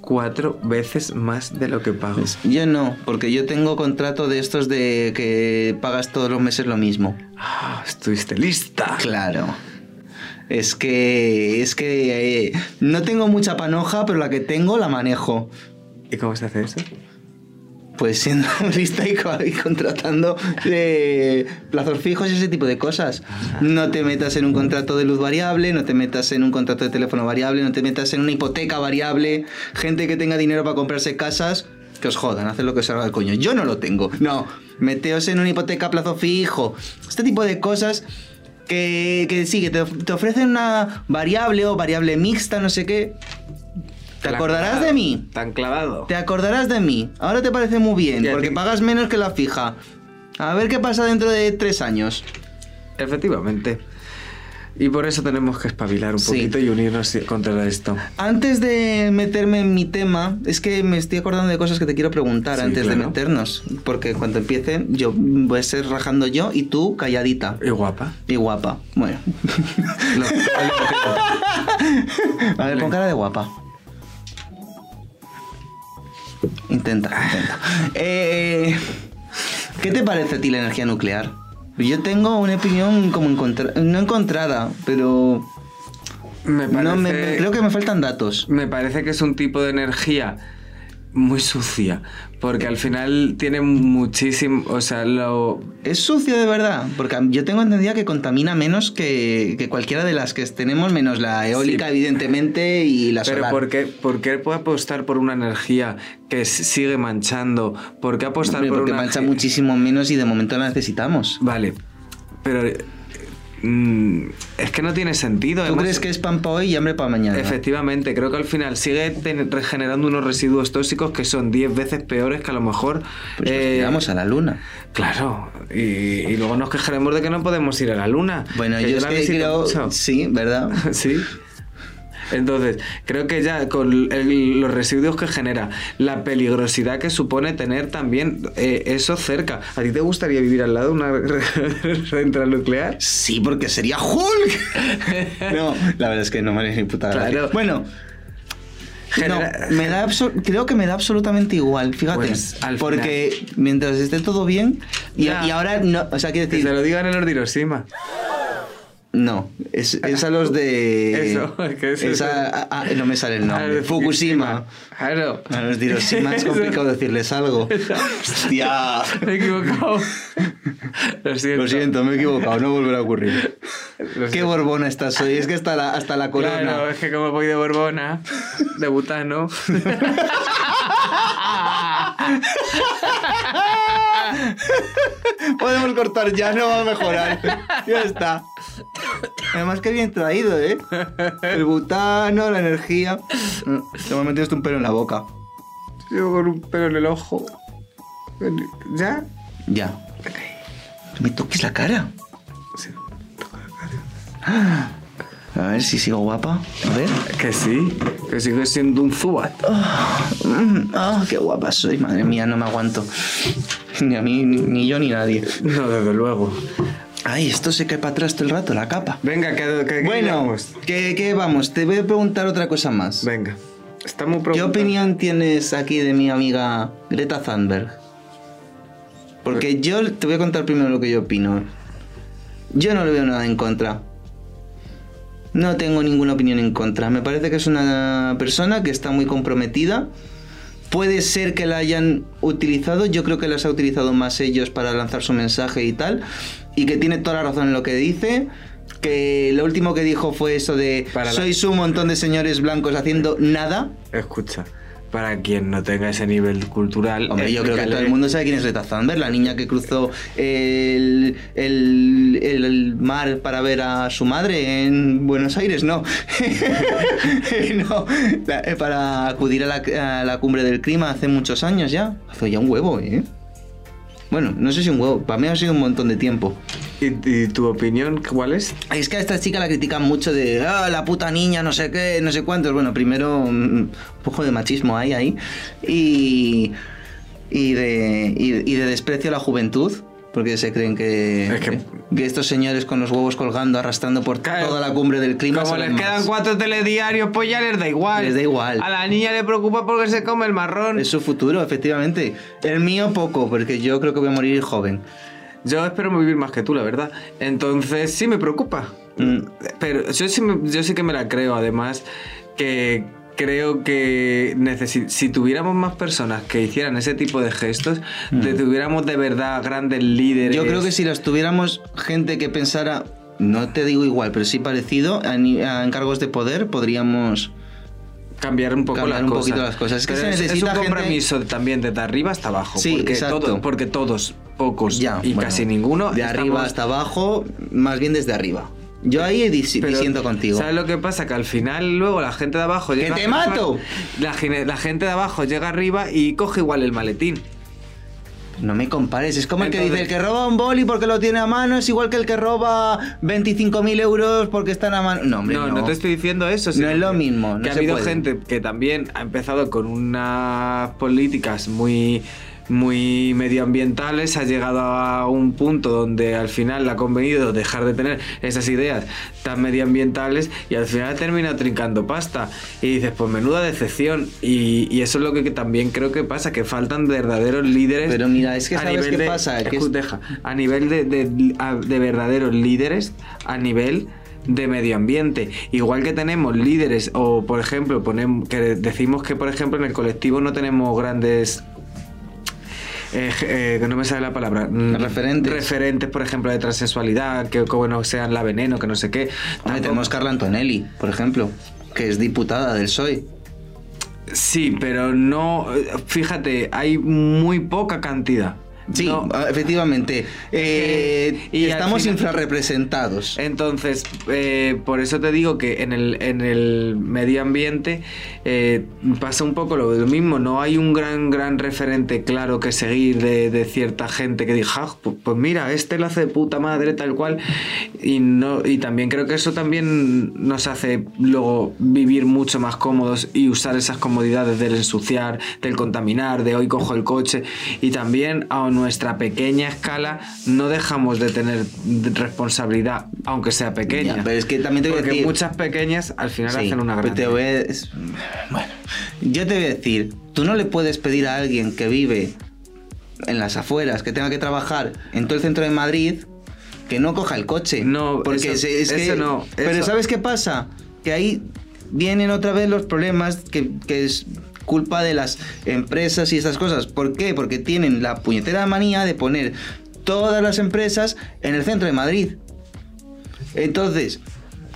Speaker 1: cuatro veces más de lo que pago.
Speaker 2: Yo no, porque yo tengo contrato de estos de que pagas todos los meses lo mismo.
Speaker 1: Ah, estuviste lista.
Speaker 2: Claro. Es que es que eh, no tengo mucha panoja, pero la que tengo la manejo.
Speaker 1: ¿Y cómo se hace eso?
Speaker 2: Pues siendo [laughs] lista y, co- y contratando eh, plazos fijos y ese tipo de cosas. No te metas en un contrato de luz variable, no te metas en un contrato de teléfono variable, no te metas en una hipoteca variable. Gente que tenga dinero para comprarse casas, que os jodan, haced lo que os haga el coño. Yo no lo tengo. No, meteos en una hipoteca a plazo fijo. Este tipo de cosas que, que sí, que te, of- te ofrecen una variable o variable mixta, no sé qué. ¿Te
Speaker 1: Tan
Speaker 2: acordarás
Speaker 1: clavado,
Speaker 2: de mí?
Speaker 1: Tan clavado.
Speaker 2: Te acordarás de mí. Ahora te parece muy bien,
Speaker 1: Ya,
Speaker 2: porque
Speaker 1: te-
Speaker 2: pagas menos que la fija. A ver qué pasa dentro de tres años.
Speaker 1: Efectivamente. Y por eso tenemos que espabilar un
Speaker 2: Sí.
Speaker 1: poquito y unirnos contra esto.
Speaker 2: Antes de meterme en mi tema, es que me estoy acordando de cosas que te quiero preguntar
Speaker 1: Sí,
Speaker 2: antes de
Speaker 1: claro.
Speaker 2: meternos. Porque cuando empiece, yo voy a ser rajando yo y tú calladita.
Speaker 1: Y guapa.
Speaker 2: Y guapa.
Speaker 1: [laughs]
Speaker 2: Bueno.
Speaker 1: Lo- lo-
Speaker 2: A ver, pon cara de guapa. Intenta, intenta. Eh, ¿Qué te parece a ti la energía nuclear? Yo tengo una opinión como encontra- no encontrada, pero
Speaker 1: me, parece,
Speaker 2: no, me- me- creo que me faltan datos.
Speaker 1: me parece que es un tipo de energía muy sucia. Porque al final tiene muchísimo. O sea, lo.
Speaker 2: Es sucio de verdad, porque a- yo tengo entendida que contamina menos que, que cualquiera de las que tenemos, menos la eólica,
Speaker 1: Sí.
Speaker 2: evidentemente, y la
Speaker 1: Pero
Speaker 2: solar.
Speaker 1: ¿por qué, ¿por qué puede apostar por una energía que s- sigue manchando? ¿Por qué apostar
Speaker 2: Hombre,
Speaker 1: por
Speaker 2: porque
Speaker 1: una
Speaker 2: mancha
Speaker 1: energía-
Speaker 2: muchísimo menos y de momento la necesitamos.
Speaker 1: Vale. Pero. eh, mm, es que no tiene sentido.
Speaker 2: ¿Tú
Speaker 1: hemos-
Speaker 2: crees que es pan para hoy y hambre para mañana?
Speaker 1: Efectivamente, creo que al final sigue ten- regenerando unos residuos tóxicos que son 10 veces peores que a lo mejor.
Speaker 2: Pues nos
Speaker 1: eh,
Speaker 2: tiramos a la luna.
Speaker 1: Claro, y, y luego nos quejaremos de que no podemos ir a la luna.
Speaker 2: Bueno,
Speaker 1: que
Speaker 2: yo es
Speaker 1: la
Speaker 2: que
Speaker 1: visito
Speaker 2: creo...
Speaker 1: mucho. [laughs]
Speaker 2: Sí, ¿verdad?
Speaker 1: sí. Entonces, creo que ya con el- los residuos que genera, la peligrosidad que supone tener también eh, eso cerca. ¿A ti te gustaría vivir al lado de una [laughs] central
Speaker 2: [laughs]
Speaker 1: nuclear?
Speaker 2: Sí, porque sería
Speaker 1: [laughs]
Speaker 2: Hulk. no, la verdad es que no me haría ni puta gracia.
Speaker 1: Claro.
Speaker 2: Bueno...
Speaker 1: Genera-
Speaker 2: no, me da absol- creo que me da absolutamente igual, fíjate.
Speaker 1: Pues, al
Speaker 2: porque mientras esté todo bien. Y,
Speaker 1: Ya.
Speaker 2: y ahora no. O sea, quiero
Speaker 1: Que
Speaker 2: decir.
Speaker 1: se lo digan en los de Hiroshima.
Speaker 2: No, es, es a los
Speaker 1: [laughs]
Speaker 2: de.
Speaker 1: Eso, es que eso
Speaker 2: es
Speaker 1: es-
Speaker 2: a- a- a- no me sale
Speaker 1: [laughs]
Speaker 2: el
Speaker 1: A los
Speaker 2: nombre.
Speaker 1: de
Speaker 2: Fukushima.
Speaker 1: Claro.
Speaker 2: A los de Hiroshima es
Speaker 1: Eso.
Speaker 2: complicado decirles algo. Hostia.
Speaker 1: Me he [laughs] equivocado. Lo siento.
Speaker 2: Lo siento, me he equivocado, no volverá a ocurrir.
Speaker 1: Lo
Speaker 2: Qué
Speaker 1: siento.
Speaker 2: borbona estás hoy, es que hasta la, hasta la corona.
Speaker 1: Pues Claro, es que como voy de Borbona, de [laughs] Butano.
Speaker 2: Podemos cortar ya, no va a mejorar. Ya está. Además, qué bien traído, ¿eh? El butano, la energía. Te me ha metido hasta un pelo en la boca.
Speaker 1: Yo con un pelo en el ojo. ¿Ya?
Speaker 2: Ya. No me toques la cara.
Speaker 1: Sí.
Speaker 2: A ver si sigo guapa. A ver.
Speaker 1: Que sí, que sigue siendo un zubat.
Speaker 2: Mm, ah, qué guapa soy, madre mía, no me aguanto. Ni a mí, ni, ni yo, ni nadie.
Speaker 1: No, desde luego.
Speaker 2: Ay, esto se cae para atrás todo el rato, la capa.
Speaker 1: Venga, que. que- que-
Speaker 2: Bueno,
Speaker 1: vamos.
Speaker 2: ¿qué, qué vamos? Te voy a preguntar otra cosa más.
Speaker 1: Venga. Está muy
Speaker 2: ¿Qué
Speaker 1: preguntado.
Speaker 2: opinión tienes aquí de mi amiga Greta Thunberg?
Speaker 1: Pues-
Speaker 2: Porque yo te voy a contar primero lo que yo opino. Yo no le veo nada en contra. No tengo ninguna opinión en contra. Me parece que es una persona que está muy comprometida. Puede ser que la hayan utilizado. Yo creo que las ha utilizado más ellos para lanzar su mensaje y tal. Y que tiene toda la razón en lo que dice. Que lo último que dijo fue eso de
Speaker 1: Para la-
Speaker 2: sois un montón de señores blancos haciendo nada.
Speaker 1: Escucha, para quien no tenga ese nivel cultural.
Speaker 2: Hombre, yo creo que
Speaker 1: explícale-
Speaker 2: todo el mundo sabe quién es Greta Thunberg, la niña que cruzó el, el- el mar para ver a su madre en Buenos Aires, no. [laughs] No, la- eh, para acudir a la, a la cumbre del clima hace muchos años ya. Hace ya un huevo, ¿eh? Bueno, no sé si un huevo, para mí ha sido un montón de tiempo.
Speaker 1: ¿Y, y tu opinión cuál es?
Speaker 2: Es que a esta chica la critican mucho de "Ah, la puta niña, no sé qué, no sé cuántos. Bueno, primero mm, un poco de machismo hay ahí. Y, y, de, y, y de desprecio a la juventud. Porque se creen que,
Speaker 1: Es que-
Speaker 2: que estos señores con los huevos colgando, arrastrando por
Speaker 1: Claro.
Speaker 2: toda la cumbre del clima.
Speaker 1: Como les
Speaker 2: saben
Speaker 1: quedan
Speaker 2: más.
Speaker 1: cuatro telediarios, pues ya les da igual.
Speaker 2: Les da igual.
Speaker 1: A la niña le preocupa porque se come el marrón.
Speaker 2: Es su futuro, efectivamente. El mío poco, porque yo creo que voy a morir joven.
Speaker 1: Yo espero vivir más que tú, la verdad. Entonces sí me preocupa.
Speaker 2: Mm.
Speaker 1: Pero yo sí, me- yo sí que me la creo, además, que creo que necesi- si tuviéramos más personas que hicieran ese tipo de gestos, de- tuviéramos de verdad grandes líderes.
Speaker 2: Mm. Yo creo que si las tuviéramos gente que pensara, no te digo igual, pero sí parecido, a, ni- a encargos de poder podríamos...
Speaker 1: Cambiar un poco
Speaker 2: Cambiar
Speaker 1: las
Speaker 2: un
Speaker 1: cosas.
Speaker 2: poquito las cosas. Es que
Speaker 1: Pero
Speaker 2: se
Speaker 1: es, es
Speaker 2: necesita
Speaker 1: un
Speaker 2: gente-
Speaker 1: compromiso también desde arriba hasta abajo.
Speaker 2: Sí,
Speaker 1: porque,
Speaker 2: exacto.
Speaker 1: Todos, porque todos, pocos
Speaker 2: Ya,
Speaker 1: Pues y
Speaker 2: bueno,
Speaker 1: casi ninguno.
Speaker 2: De
Speaker 1: estamos-
Speaker 2: arriba hasta abajo, más bien desde arriba. Yo ahí dis-
Speaker 1: Pero,
Speaker 2: disiento contigo.
Speaker 1: ¿Sabes lo que pasa? Que al final luego la gente de abajo
Speaker 2: ¡Que
Speaker 1: llega...
Speaker 2: te
Speaker 1: arriba-
Speaker 2: mato!
Speaker 1: La, gene- la gente de abajo llega arriba y coge igual el maletín.
Speaker 2: No me compares, es como el que
Speaker 1: Entonces-
Speaker 2: dice, el que roba un boli porque lo tiene a mano es igual que el que roba 25.000 euros porque están a mano. No, hombre,
Speaker 1: No,
Speaker 2: no.
Speaker 1: no, te estoy diciendo eso. sino
Speaker 2: es lo
Speaker 1: que-
Speaker 2: mismo, no
Speaker 1: que ha
Speaker 2: se
Speaker 1: habido
Speaker 2: puede.
Speaker 1: gente que también ha empezado con unas políticas muy muy medioambientales, ha llegado a un punto donde al final le ha convenido dejar de tener esas ideas tan medioambientales y al final ha terminado trincando pasta. Y dices, pues menuda decepción. Y, y eso es lo que también creo que pasa, que faltan verdaderos líderes.
Speaker 2: Pero mira, es que
Speaker 1: a
Speaker 2: ¿sabes
Speaker 1: nivel
Speaker 2: qué
Speaker 1: de-
Speaker 2: pasa? Que
Speaker 1: escu-
Speaker 2: es-
Speaker 1: deja, a nivel de, de- a- de verdaderos líderes, a nivel de medio ambiente. Igual que tenemos líderes, o por ejemplo, ponem- que decimos que por ejemplo en el colectivo no tenemos grandes... eh, je- eh, que no me sale la palabra. mm,
Speaker 2: Referentes.
Speaker 1: Referentes, por ejemplo, de transexualidad, que como no sean la veneno, que no sé qué.
Speaker 2: Hombre,
Speaker 1: Tampoco-
Speaker 2: tenemos Carla Antonelli, por ejemplo, que es diputada del PSOE.
Speaker 1: Sí, pero no. eh, Fíjate, hay muy poca cantidad.
Speaker 2: Sí,
Speaker 1: No-
Speaker 2: ah, efectivamente. Eh,
Speaker 1: Y al
Speaker 2: estamos
Speaker 1: final-
Speaker 2: infrarrepresentados.
Speaker 1: Entonces, eh, por eso te digo que en el, en el medio ambiente eh, pasa un poco lo mismo. No hay un gran, gran referente claro que seguir de, de cierta gente que diga, "Ah, pues, pues mira, este lo hace de puta madre, tal cual. Y, no, y también creo que eso también nos hace luego vivir mucho más cómodos y usar esas comodidades del ensuciar, del contaminar, de hoy cojo el coche. Y también a nuestra pequeña escala no dejamos de tener responsabilidad, aunque sea pequeña.
Speaker 2: Ya, pero es que también te voy a
Speaker 1: Porque
Speaker 2: decir-
Speaker 1: muchas pequeñas al final
Speaker 2: Sí,
Speaker 1: hacen una
Speaker 2: pero
Speaker 1: gran.
Speaker 2: te voy a- es- Bueno, yo te voy a decir, tú no le puedes pedir a alguien que vive en las afueras, que tenga que trabajar en todo el centro de Madrid, que no coja el coche.
Speaker 1: No,
Speaker 2: porque
Speaker 1: eso-
Speaker 2: es, es que,
Speaker 1: eso no,
Speaker 2: Pero
Speaker 1: eso.
Speaker 2: ¿sabes qué pasa? Que ahí vienen otra vez los problemas que, que es culpa de las empresas y estas cosas. ¿Por qué? Porque tienen la puñetera manía de poner todas las empresas en el centro de Madrid. Entonces,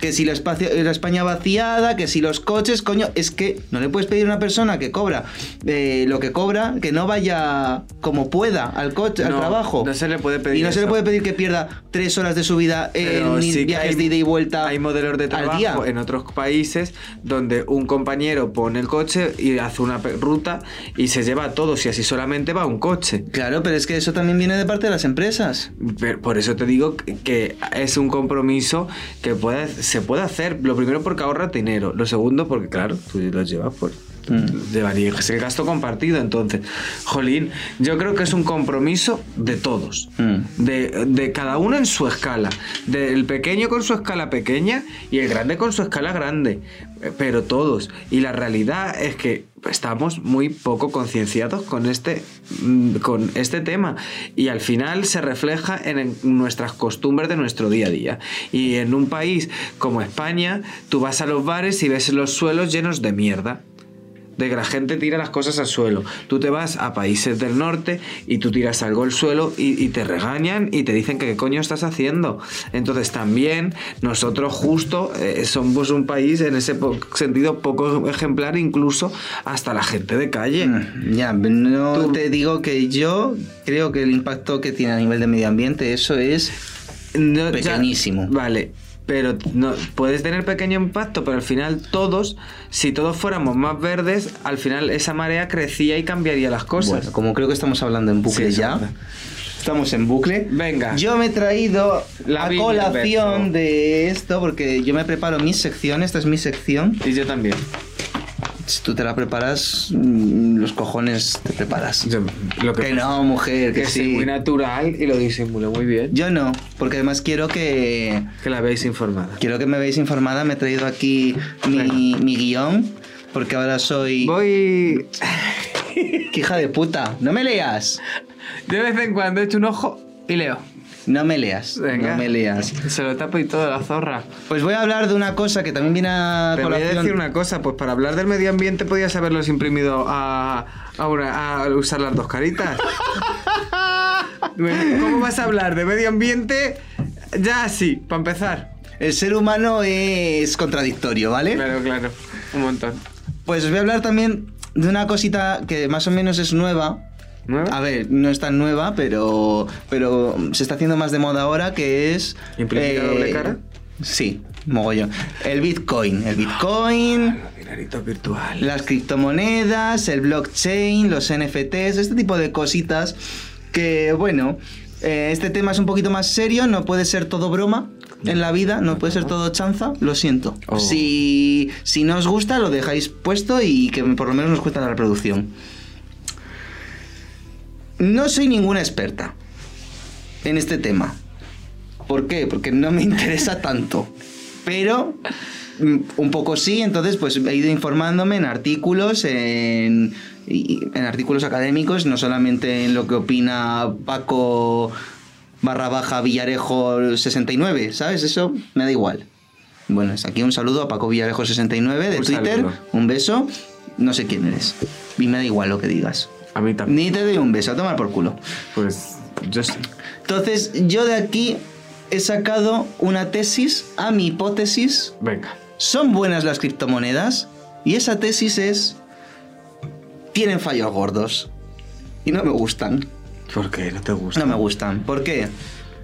Speaker 2: que si la, espacio- la España vaciada, que si los coches, coño, es que no le puedes pedir a una persona que cobra eh, lo que cobra, que no vaya como pueda al coche, al
Speaker 1: No,
Speaker 2: trabajo.
Speaker 1: no se le puede pedir
Speaker 2: Y no se le
Speaker 1: eso.
Speaker 2: puede pedir que pierda tres horas de su vida
Speaker 1: Pero
Speaker 2: en
Speaker 1: sí que
Speaker 2: viajes
Speaker 1: hay-
Speaker 2: de ida y vuelta.
Speaker 1: Hay modelos de
Speaker 2: al
Speaker 1: trabajo
Speaker 2: día.
Speaker 1: en otros países donde un compañero pone el coche y hace una pe- ruta y se lleva a todos y así solamente va un coche.
Speaker 2: Claro, pero es que eso también viene de parte de las empresas.
Speaker 1: Pero por eso te digo que- que es un compromiso que puede- se puede hacer. Lo primero porque ahorra dinero. Lo segundo porque, claro, tú lo llevas por...
Speaker 2: Mm.
Speaker 1: llevaría- es el gasto compartido, entonces. Jolín, yo creo que es un compromiso de todos.
Speaker 2: Mm.
Speaker 1: De, de cada uno en su escala. Del pequeño con su escala pequeña y el grande con su escala grande. Eh, Pero todos. Y la realidad es que estamos muy poco concienciados con este, mm, con este tema. Y al final se refleja en, en nuestras costumbres de nuestro día a día. Y en un país como España, tú vas a los bares y ves los suelos llenos de mierda de que la gente tira las cosas al suelo. Tú te vas a países del norte y tú tiras algo al suelo y, y te regañan y te dicen que qué coño estás haciendo. Entonces también nosotros justo eh, somos un país en ese po- sentido poco ejemplar incluso hasta la gente de calle.
Speaker 2: Ya, no
Speaker 1: Tú-
Speaker 2: te digo que yo creo que el impacto que tiene a nivel de medio ambiente, eso es.
Speaker 1: No, ya-
Speaker 2: Pequeñísimo.
Speaker 1: vale. Pero no, puedes tener pequeño impacto, pero al final todos, si todos fuéramos más verdes, al final esa marea crecía y cambiaría las cosas.
Speaker 2: Bueno, como creo que estamos hablando en bucle
Speaker 1: Sí, es
Speaker 2: ya.
Speaker 1: verdad.
Speaker 2: Estamos en bucle.
Speaker 1: Venga.
Speaker 2: Yo me he traído
Speaker 1: La
Speaker 2: la
Speaker 1: Biblia,
Speaker 2: colación
Speaker 1: verso.
Speaker 2: de esto porque yo me preparo mi sección. Esta es mi sección.
Speaker 1: Y yo también.
Speaker 2: Si tú te la preparas, mm, los cojones te preparas.
Speaker 1: Yo- lo que
Speaker 2: Que no, mujer, que,
Speaker 1: que soy
Speaker 2: sí.
Speaker 1: muy natural y lo disimulo muy bien.
Speaker 2: Yo no, porque además quiero que
Speaker 1: Que la veis informada.
Speaker 2: quiero que me veáis informada. Me he traído aquí mi, mi guión porque ahora soy
Speaker 1: Voy.
Speaker 2: ¡Qué hija de puta. No me leas.
Speaker 1: De vez en cuando echo un ojo y leo.
Speaker 2: No me leas.
Speaker 1: Venga.
Speaker 2: No me leas.
Speaker 1: Se lo tapo y todo, la zorra.
Speaker 2: Pues voy a hablar de una cosa que también viene a
Speaker 1: Te voy a
Speaker 2: colación.
Speaker 1: decir una cosa: pues para hablar del medio ambiente podías haberlos imprimido a, a, una- a usar las dos
Speaker 2: [laughs]
Speaker 1: caritas. ¿Cómo vas a hablar de medio ambiente? Ya así, para empezar.
Speaker 2: El ser humano es contradictorio, ¿vale?
Speaker 1: Claro, claro. Un montón.
Speaker 2: Pues os voy a hablar también de una cosita que más o menos es nueva.
Speaker 1: ¿Nueva?
Speaker 2: A ver, no es tan nueva, pero, pero se está haciendo más de moda ahora, que es... eh,
Speaker 1: ¿Imprimir a doble cara?
Speaker 2: Sí, mogollón. El Bitcoin. El Bitcoin,
Speaker 1: El dinerito virtual.
Speaker 2: las criptomonedas, el blockchain, los NFTs, este tipo de cositas que, bueno, eh, este tema es un poquito más serio, no puede ser todo broma en la vida, no puede ser todo chanza, lo siento.
Speaker 1: Oh.
Speaker 2: Si, si no os gusta, lo dejáis puesto y que por lo menos nos cuesta la reproducción. No soy ninguna experta en este tema. ¿Por qué? Porque no me [laughs] interesa tanto. Pero mm, un poco sí, entonces pues he ido informándome en artículos, en, y- en artículos académicos, no solamente en lo que opina Paco barra baja Villarejo 69, ¿sabes? Eso me da igual. Bueno, es aquí un saludo a Paco Villarejo 69 de
Speaker 1: Un
Speaker 2: Twitter,
Speaker 1: saludo.
Speaker 2: un beso, no sé quién eres, y me da igual lo que digas.
Speaker 1: A mí también.
Speaker 2: Ni te doy un beso, a tomar por culo.
Speaker 1: Pues yo sé.
Speaker 2: Entonces, yo de aquí he sacado una tesis a mi hipótesis.
Speaker 1: Venga.
Speaker 2: ¿Son buenas las criptomonedas? Y esa tesis es... Tienen fallos gordos. Y no me gustan.
Speaker 1: ¿Por qué no te gusta?
Speaker 2: No me gustan. ¿Por qué?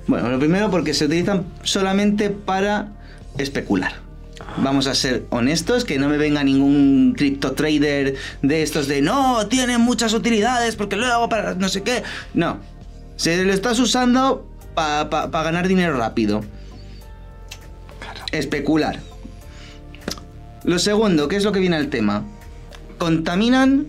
Speaker 2: Bueno, lo primero porque se utilizan solamente para especular. Vamos a ser honestos, que no me venga ningún cripto trader de estos de no, tienen muchas utilidades porque luego para no sé qué. No, se lo estás usando para ganar dinero rápido. Especular. Lo segundo, ¿qué es lo que viene al tema? ¿Contaminan?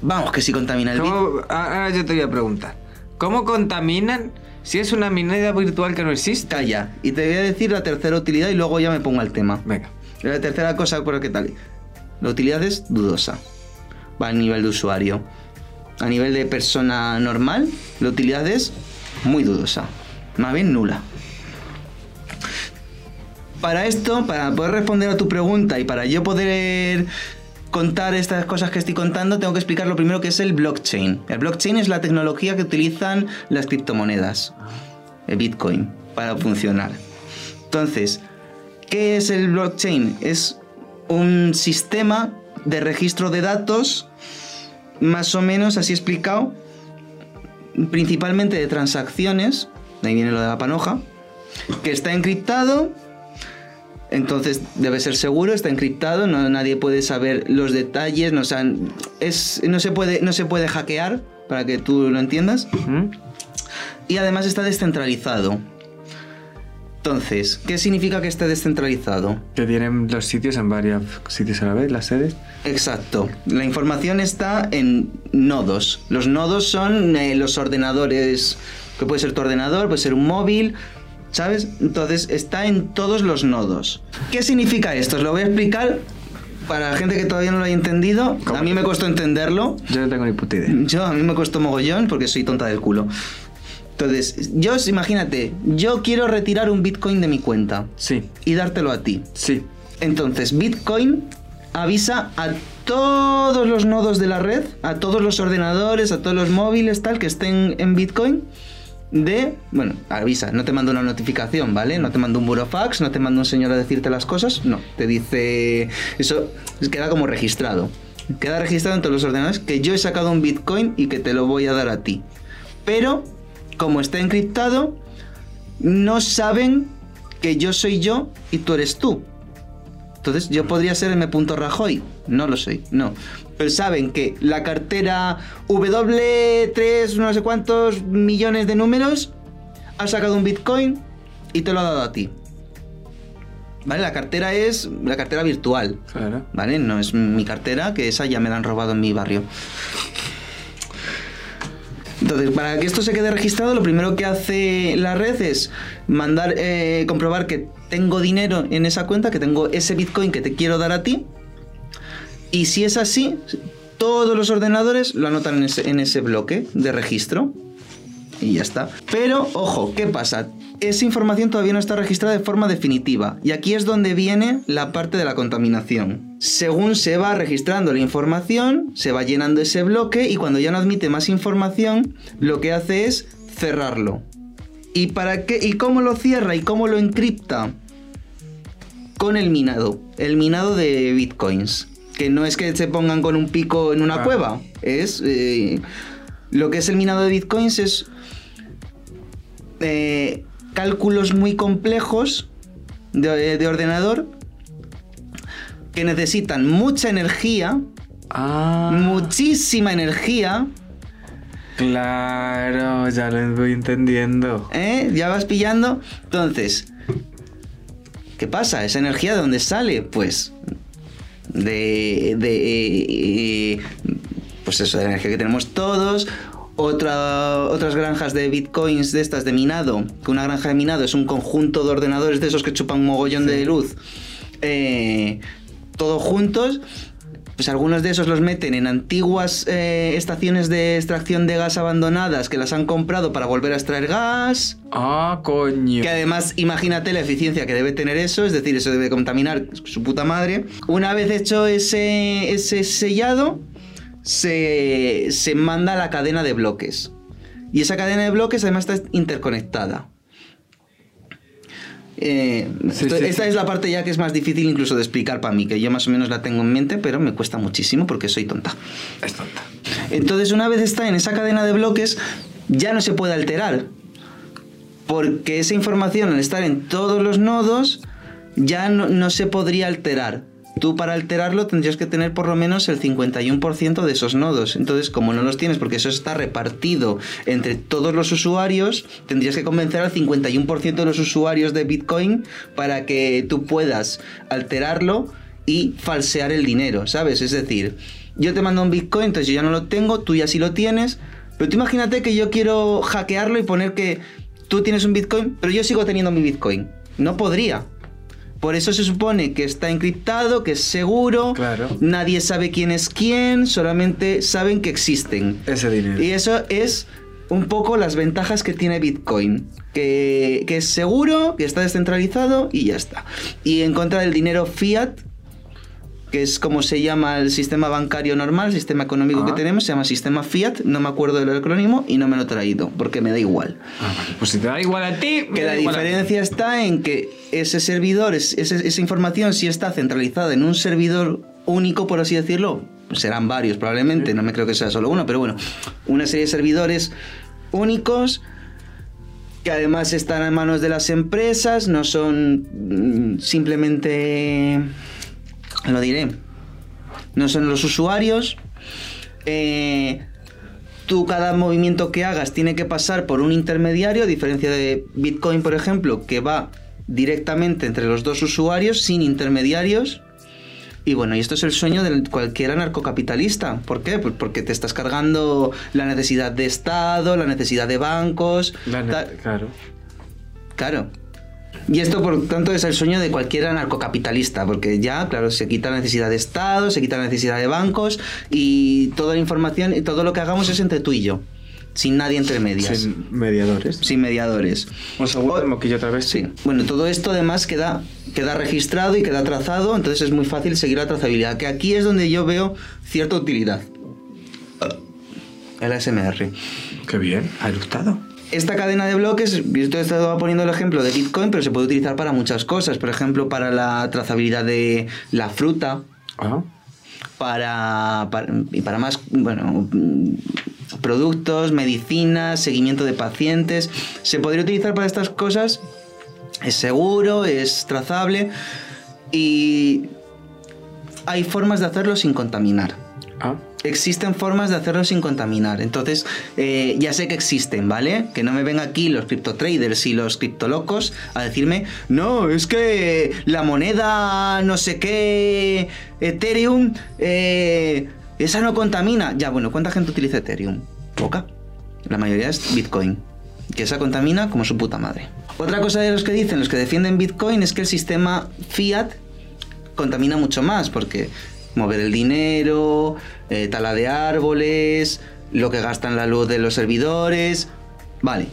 Speaker 2: Vamos, que sí contamina el Bitcoin.
Speaker 1: ¿Cómo- ahora yo te voy a preguntar. ¿Cómo contaminan si es una minera virtual que no existe?
Speaker 2: Calla, y te voy a decir la tercera utilidad y luego ya me pongo al tema.
Speaker 1: Venga.
Speaker 2: La tercera cosa por la que tal. La utilidad es dudosa. Va a nivel de usuario. A nivel de persona normal, la utilidad es muy dudosa. Más bien nula. Para esto, para poder responder a tu pregunta y para yo poder contar estas cosas que estoy contando, tengo que explicar lo primero que es el blockchain. El blockchain es la tecnología que utilizan las criptomonedas, el Bitcoin, para funcionar. Entonces, ¿qué es el blockchain? Es un sistema de registro de datos, más o menos así explicado, principalmente de transacciones, de ahí viene lo de la panoja, que está encriptado, entonces debe ser seguro, está encriptado, no, nadie puede saber los detalles, no, o sea, es, no, se puede, no se puede hackear, para que tú lo entiendas,
Speaker 1: ¿Mm?
Speaker 2: y además está descentralizado. Entonces, ¿qué significa que esté descentralizado?
Speaker 1: Que tienen los sitios en varios sitios a la vez, las sedes.
Speaker 2: Exacto. La información está en nodos. Los nodos son eh, los ordenadores, que puede ser tu ordenador, puede ser un móvil, ¿sabes? Entonces está en todos los nodos. ¿Qué significa esto? Os lo voy a explicar para la gente que todavía no lo haya entendido.
Speaker 1: ¿Cómo?
Speaker 2: A mí me costó entenderlo.
Speaker 1: Yo no tengo ni puta idea.
Speaker 2: Yo a mí me costó mogollón porque soy tonta del culo. Entonces, yo, imagínate, yo quiero retirar un Bitcoin de mi cuenta
Speaker 1: Sí,
Speaker 2: y dártelo a ti.
Speaker 1: sí.
Speaker 2: Entonces, Bitcoin avisa a todos los nodos de la red, a todos los ordenadores, a todos los móviles, tal, que estén en Bitcoin, de. Bueno, avisa, no te manda una notificación, ¿vale? No te manda un burofax, no te manda un señor a decirte las cosas, no. Te dice. Eso queda como registrado. Queda registrado en todos los ordenadores que yo he sacado un Bitcoin y que te lo voy a dar a ti. Pero, como está encriptado, no saben que yo soy yo y tú eres tú. Entonces, yo podría ser M. Rajoy. No lo soy, no. Pero saben que la cartera W3, no sé cuántos millones de números, ha sacado un Bitcoin y te lo ha dado a ti. ¿Vale? La cartera es la cartera virtual.
Speaker 1: Claro.
Speaker 2: ¿Vale? No es mi cartera, que esa ya me la han robado en mi barrio. Entonces, para que esto se quede registrado, lo primero que hace la red es mandar, eh, comprobar que tengo dinero en esa cuenta, que tengo ese Bitcoin que te quiero dar a ti. Y si es así, todos los ordenadores lo anotan en ese, en ese bloque de registro. Y ya está. Pero, ojo, ¿qué pasa? Esa información todavía no está registrada de forma definitiva. Y aquí es donde viene la parte de la contaminación. Según se va registrando la información, se va llenando ese bloque y cuando ya no admite más información, lo que hace es cerrarlo. ¿Y para qué? ¿Y cómo lo cierra? ¿Y cómo lo encripta? Con el minado. El minado de bitcoins. Que no es que se pongan con un pico en una
Speaker 1: Ah.
Speaker 2: cueva. Es. eh, lo que es el minado de bitcoins es eh, cálculos muy complejos de, de ordenador que necesitan mucha energía,
Speaker 1: Ah.
Speaker 2: muchísima energía.
Speaker 1: Claro, ya lo voy entendiendo.
Speaker 2: ¿eh? Ya vas pillando. Entonces, ¿qué pasa? ¿Esa energía de dónde sale? Pues de... de eh, pues eso, de la energía que tenemos todos. Otra, otras granjas de bitcoins de estas de minado, que una granja de minado es un conjunto de ordenadores de esos que chupan un mogollón de luz, eh, todos juntos, pues algunos de esos los meten en antiguas eh, estaciones de extracción de gas abandonadas que las han comprado para volver a extraer gas.
Speaker 1: Ah, coño.
Speaker 2: Que además, imagínate la eficiencia que debe tener eso, es decir, eso debe contaminar su puta madre. Una vez hecho ese, ese sellado, se, se manda a la cadena de bloques. Y esa cadena de bloques además está interconectada. Eh,
Speaker 1: Sí,
Speaker 2: esto-
Speaker 1: sí,
Speaker 2: esta
Speaker 1: sí.
Speaker 2: es la parte ya que es más difícil incluso de explicar para mí, que yo más o menos la tengo en mente, pero me cuesta muchísimo porque soy tonta.
Speaker 1: Es tonta.
Speaker 2: Entonces, una vez está en esa cadena de bloques, ya no se puede alterar. Porque esa información, al estar en todos los nodos, ya no, no se podría alterar. Tú para alterarlo tendrías que tener por lo menos el 51% de esos nodos. Entonces, como no los tienes, porque eso está repartido entre todos los usuarios, tendrías que convencer al 51% de los usuarios de Bitcoin para que tú puedas alterarlo y falsear el dinero, ¿sabes? Es decir, yo te mando un Bitcoin, entonces yo ya no lo tengo, tú ya sí lo tienes, pero tú imagínate que yo quiero hackearlo y poner que tú tienes un Bitcoin, pero yo sigo teniendo mi Bitcoin. No podría. Por eso se supone que está encriptado, que es seguro,
Speaker 1: Claro.
Speaker 2: nadie sabe quién es quién, solamente saben que existen.
Speaker 1: Ese dinero.
Speaker 2: Y eso es un poco las ventajas que tiene Bitcoin. Que, que es seguro, que está descentralizado y ya está. Y en contra del dinero fiat, que es como se llama el sistema bancario normal, el sistema económico
Speaker 1: Ah.
Speaker 2: que tenemos, se llama sistema fiat, no me acuerdo del acrónimo y no me lo he traído, porque me da igual.
Speaker 1: Pues si te da igual a ti, me
Speaker 2: Que la
Speaker 1: da igual a mí.
Speaker 2: diferencia está en que ese servidor, es- ese- esa información, si está centralizada en un servidor único, por así decirlo, serán varios probablemente, no me creo que sea solo uno, pero bueno, una serie de servidores únicos que además están en manos de las empresas, no son mm, simplemente, lo diré, no son los usuarios. Eh, tú cada movimiento que hagas tiene que pasar por un intermediario, a diferencia de Bitcoin, por ejemplo, que va directamente entre los dos usuarios, sin intermediarios. Y bueno, y esto es el sueño de cualquier anarcocapitalista. ¿Por qué? Pues porque te estás cargando la necesidad de Estado, la necesidad de bancos.
Speaker 1: La ne-
Speaker 2: ta-
Speaker 1: claro.
Speaker 2: Claro. Y esto, por tanto, es el sueño de cualquier anarcocapitalista, porque ya, claro, se quita la necesidad de Estado, se quita la necesidad de bancos y toda la información y todo lo que hagamos es entre tú y yo, sin nadie entre medias, sin,
Speaker 1: Sin mediadores.
Speaker 2: mediadores.
Speaker 1: Un segundo,
Speaker 2: O-
Speaker 1: el moquillo otra vez.
Speaker 2: Sí. Bueno, todo esto además queda, queda registrado y queda trazado, entonces es muy fácil seguir la trazabilidad, que aquí es donde yo veo cierta utilidad. El ASMR.
Speaker 1: Qué bien, ha ilustrado.
Speaker 2: Esta cadena de bloques, yo te estaba poniendo el ejemplo de Bitcoin, pero se puede utilizar para muchas cosas. Por ejemplo, para la trazabilidad de la fruta,
Speaker 1: Ah,
Speaker 2: para, para- y para más, bueno, mm, productos, medicinas, seguimiento de pacientes. Se podría utilizar para estas cosas. Es seguro, es trazable y hay formas de hacerlo sin contaminar
Speaker 1: ah.
Speaker 2: existen formas de hacerlo sin contaminar. Entonces, eh, ya sé que existen, ¿vale? Que no me vengan aquí los criptotraders y los criptolocos a decirme, no, es que la moneda no sé qué, Ethereum, eh, esa no contamina. Ya, bueno, ¿cuánta gente utiliza Ethereum? Poca. La mayoría es Bitcoin. Que esa contamina como su puta madre. Otra cosa de los que dicen, los que defienden Bitcoin, es que el sistema fiat contamina mucho más porque mover el dinero, eh, tala de árboles, lo que gastan la luz de los servidores. Vale.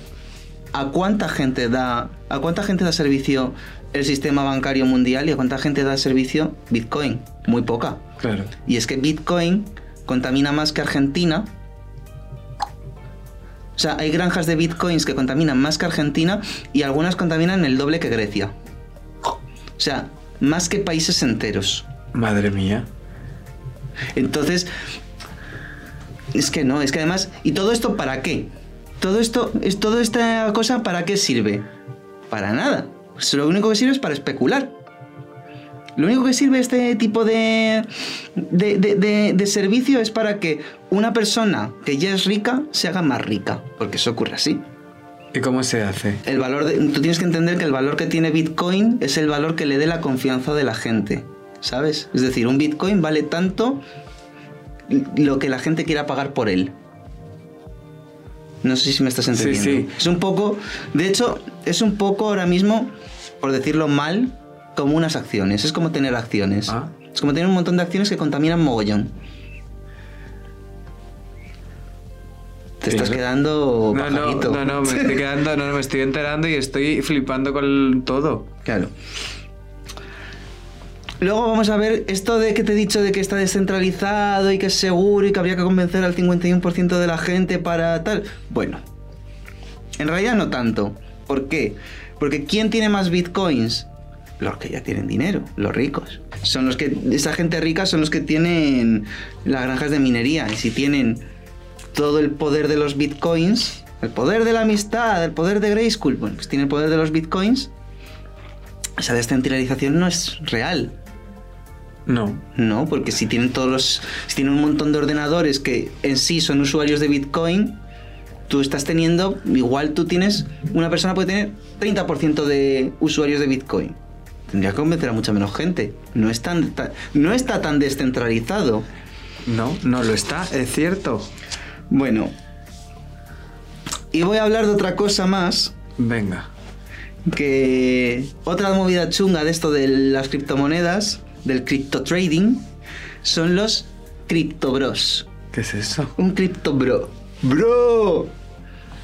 Speaker 2: ¿A cuánta gente da a cuánta gente da servicio el sistema bancario mundial y a cuánta gente da servicio Bitcoin? Muy poca.
Speaker 1: Claro.
Speaker 2: Y es que Bitcoin contamina más que Argentina. O sea, hay granjas de bitcoins que contaminan más que Argentina y algunas contaminan el doble que Grecia. O sea, más que países enteros.
Speaker 1: Madre mía.
Speaker 2: Entonces, es que no, es que además, ¿y todo esto para qué? Todo esto, es toda esta cosa para qué sirve? Para nada. Pues lo único que sirve es para especular. Lo único que sirve este tipo de, de, de- de- de servicio es para que una persona que ya es rica se haga más rica, porque eso ocurre así.
Speaker 1: ¿Y cómo se hace?
Speaker 2: El valor de- tú tienes que entender que el valor que tiene Bitcoin es el valor que le dé la confianza de la gente, ¿sabes? Es decir, un Bitcoin vale tanto lo que la gente quiera pagar por él. No sé si me estás entendiendo.
Speaker 1: sí.
Speaker 2: Es un poco, de hecho, es un poco ahora mismo, por decirlo mal, como unas acciones. Es como tener acciones.
Speaker 1: Ah.
Speaker 2: Es como tener un montón de acciones que contaminan mogollón. Te
Speaker 1: Sí,
Speaker 2: estás
Speaker 1: ¿no?
Speaker 2: quedando
Speaker 1: No, no,
Speaker 2: pajarito.
Speaker 1: no,
Speaker 2: [laughs]
Speaker 1: no, me estoy quedando, no, no, me estoy enterando y estoy flipando con todo.
Speaker 2: Claro. Luego vamos a ver esto de que te he dicho de que está descentralizado y que es seguro y que habría que convencer al 51% de la gente para tal. Bueno, en realidad no tanto. ¿Por qué? Porque ¿quién tiene más bitcoins? Los que ya tienen dinero, los ricos. Son los que esa gente rica son los que tienen las granjas de minería y si tienen todo el poder de los bitcoins, el poder de la amistad, el poder de Grayskull, bueno, pues tiene el poder de los bitcoins, esa descentralización no es real.
Speaker 1: No.
Speaker 2: No, porque si tienen todos los. Si tienen un montón de ordenadores que en sí son usuarios de Bitcoin, tú estás teniendo. Igual tú tienes. Una persona puede tener 30% de usuarios de Bitcoin. Tendría que convencer a mucha menos gente. No, es tan- tan- no está tan descentralizado.
Speaker 1: No, no lo está, es cierto.
Speaker 2: Bueno. Y voy a hablar de otra cosa más.
Speaker 1: Venga.
Speaker 2: que otra movida chunga de esto de las criptomonedas, del cripto trading, son los criptobros.
Speaker 1: ¿Qué es eso?
Speaker 2: Un criptobro. ¡Bro!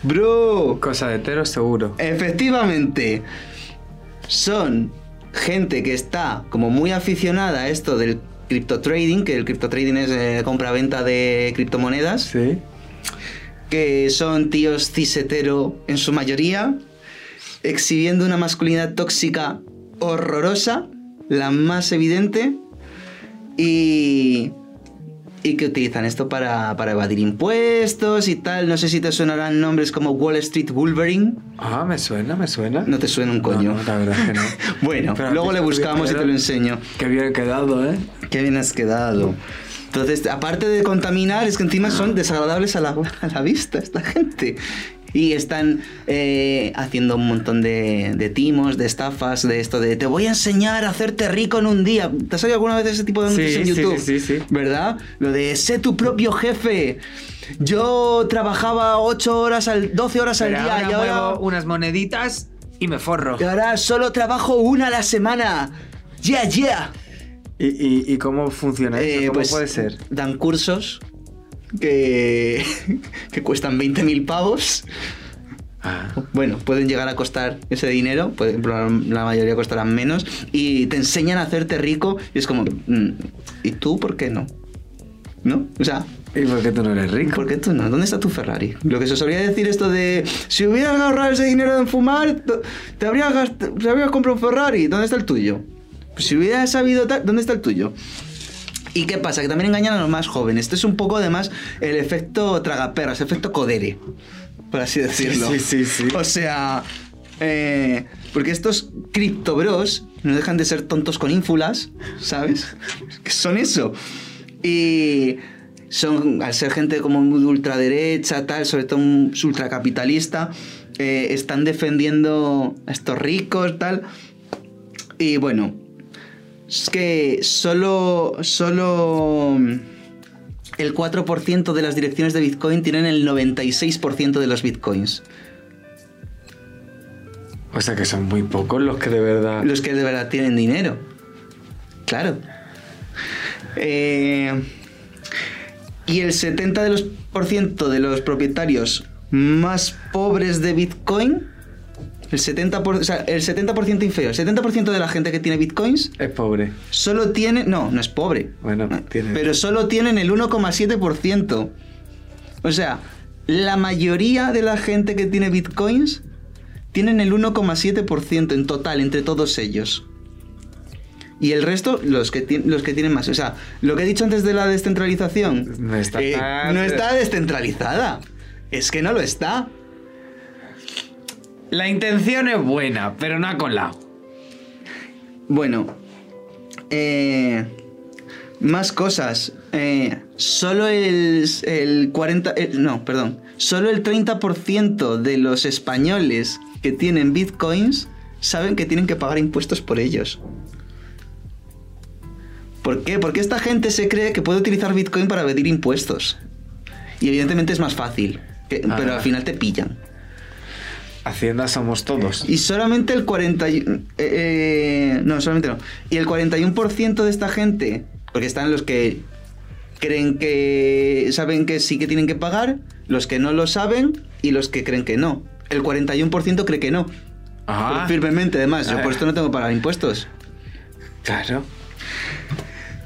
Speaker 2: Bro.
Speaker 1: Cosa de hetero seguro.
Speaker 2: Efectivamente, son gente que está como muy aficionada a esto del cripto trading, que el cripto trading es eh, compra-venta de criptomonedas,
Speaker 1: Sí.
Speaker 2: que son tíos cis hetero en su mayoría, exhibiendo una masculinidad tóxica horrorosa, la más evidente, y, y que utilizan esto para, para evadir impuestos y tal. No sé si te sonarán nombres como Wall Street Wolverine.
Speaker 1: Ah, me suena, me suena.
Speaker 2: No te suena un coño.
Speaker 1: No, no, la verdad es que no.
Speaker 2: Bueno,
Speaker 1: Pero
Speaker 2: luego le
Speaker 1: antes-
Speaker 2: buscamos y te lo enseño.
Speaker 1: [laughs] Qué bien quedado, ¿eh?
Speaker 2: Qué bien has quedado. Entonces, aparte de contaminar, es que encima son desagradables a la, [laughs] a la vista esta gente. Y están eh, haciendo un montón de, de timos, de estafas, de esto de te voy a enseñar a hacerte rico en un día. ¿Te has oído alguna vez ese tipo de
Speaker 1: Sí,
Speaker 2: noticias en
Speaker 1: sí,
Speaker 2: YouTube?
Speaker 1: sí, sí, sí.
Speaker 2: ¿Verdad? Lo de sé tu propio jefe. Yo trabajaba 8 horas al 12 horas al
Speaker 1: Pero
Speaker 2: día
Speaker 1: ahora
Speaker 2: y ahora
Speaker 1: muevo unas moneditas y me forro.
Speaker 2: y ahora solo trabajo una a la semana. Yeah, yeah.
Speaker 1: ¿Y, y, y cómo funciona eso?
Speaker 2: Eh,
Speaker 1: ¿Cómo
Speaker 2: pues,
Speaker 1: puede ser?
Speaker 2: Dan cursos que, [laughs] que cuestan 20.000 pavos.
Speaker 1: Ah.
Speaker 2: Bueno, pueden llegar a costar ese dinero, puede- la la mayoría costarán menos, y te enseñan a hacerte rico, y es como, mm, ¿y tú por qué no? ¿No? O sea,
Speaker 1: ¿Y por qué tú no eres rico?
Speaker 2: ¿por qué tú no? ¿Dónde está tu Ferrari? Lo que se solía decir esto de, si hubieras ahorrado ese dinero en fumar, t- te habrías, gast- te habrías comprado un Ferrari, ¿dónde está el tuyo? Si hubieras sabido tal, ¿dónde está el tuyo? ¿Y qué pasa? Que también engañan a los más jóvenes. Esto es un poco, además, el efecto tragaperras, efecto codere, por así decirlo.
Speaker 1: Sí, sí, sí.
Speaker 2: O sea, eh, porque estos criptobros no dejan de ser tontos con ínfulas, ¿sabes? Que son eso. Y son, al ser gente como muy de ultraderecha, tal, sobre todo un ultracapitalista, eh, están defendiendo a estos ricos, tal. Y bueno, es que solo, solo el 4% de las direcciones de Bitcoin tienen el 96% de los Bitcoins.
Speaker 1: O sea que son muy pocos los que de verdad.
Speaker 2: Los que de verdad tienen dinero. Claro. Eh, y el 70% de los, por ciento de los propietarios más pobres de Bitcoin, el 70%, por- o sea, el 70% inferior, el 70% de la gente que tiene Bitcoins
Speaker 1: Es pobre.
Speaker 2: solo tiene, no, no es pobre, Ah,
Speaker 1: Bueno, tiene.
Speaker 2: pero solo tienen el 1,7%. O sea, la mayoría de la gente que tiene bitcoins tienen el 1,7% en total, entre todos ellos. Y el resto, los que, ti- los que tienen más. O sea, lo que he dicho antes de la descentralización. eh,
Speaker 1: No está tan-
Speaker 2: no está descentralizada. Es que no lo está.
Speaker 1: La intención es buena, pero no ha colado.
Speaker 2: Bueno, eh, más cosas. Eh, solo el, el 40... el- no, perdón. Solo el 30% de los españoles que tienen bitcoins saben que tienen que pagar impuestos por ellos. ¿Por qué? Porque esta gente se cree que puede utilizar bitcoin para pedir impuestos. Y evidentemente es más fácil. que-
Speaker 1: Ah.
Speaker 2: Pero al final te pillan.
Speaker 1: Hacienda somos todos.
Speaker 2: Y solamente el 40... y- eh, eh, no, solamente no. Y el 41% de esta gente, porque están los que creen que saben que sí que tienen que pagar, los que no lo saben y los que creen que no. El 41% cree que no.
Speaker 1: Ah,
Speaker 2: Pero firmemente, además. Yo
Speaker 1: Ah.
Speaker 2: por esto no tengo que pagar impuestos.
Speaker 1: claro.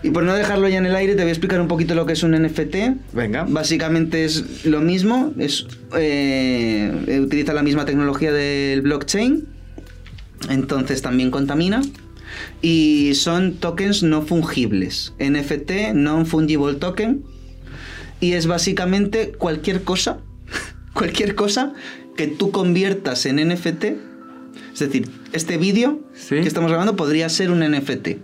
Speaker 2: Y por no dejarlo ya en el aire, te voy a explicar un poquito lo que es un NFT.
Speaker 1: Venga.
Speaker 2: Básicamente es lo mismo, es, eh, eh, utiliza la misma tecnología del blockchain, entonces también contamina. Y son tokens no fungibles, NFT, non-fungible token, y es básicamente cualquier cosa, [laughs] cualquier cosa que tú conviertas en NFT. Es decir, este vídeo
Speaker 1: Sí.
Speaker 2: que estamos grabando podría ser un NFT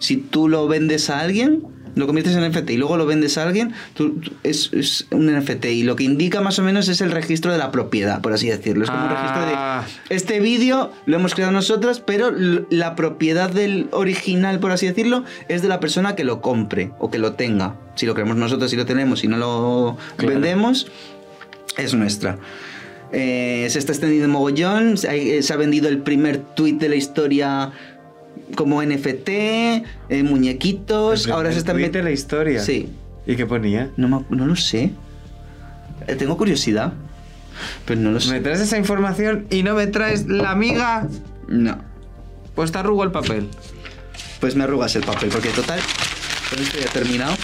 Speaker 2: si tú lo vendes a alguien, lo conviertes en NFT y luego lo vendes a alguien, tú- tú- es, es un NFT. Y lo que indica más o menos es el registro de la propiedad, por así decirlo. Es como un registro
Speaker 1: Ah.
Speaker 2: de. Este vídeo lo hemos creado nosotras, pero l- la propiedad del original, por así decirlo, es de la persona que lo compre o que lo tenga. Si lo creamos nosotros, si lo tenemos, si no lo
Speaker 1: Claro.
Speaker 2: vendemos, es nuestra. Eh, se está extendiendo mogollón, se ha, eh, se ha vendido el primer tweet de la historia como NFT, eh, muñequitos, ahora se están
Speaker 1: Viste la
Speaker 2: metiendo...
Speaker 1: historia.
Speaker 2: Sí,
Speaker 1: ¿Y qué ponía?
Speaker 2: no, me ac- no lo sé. Eh, tengo curiosidad. Pues no lo
Speaker 1: Me
Speaker 2: sé.
Speaker 1: traes esa información y no me traes la amiga.
Speaker 2: No.
Speaker 1: Pues te arrugo el papel.
Speaker 2: Pues me arrugas el papel, porque total, con esto ya he terminado.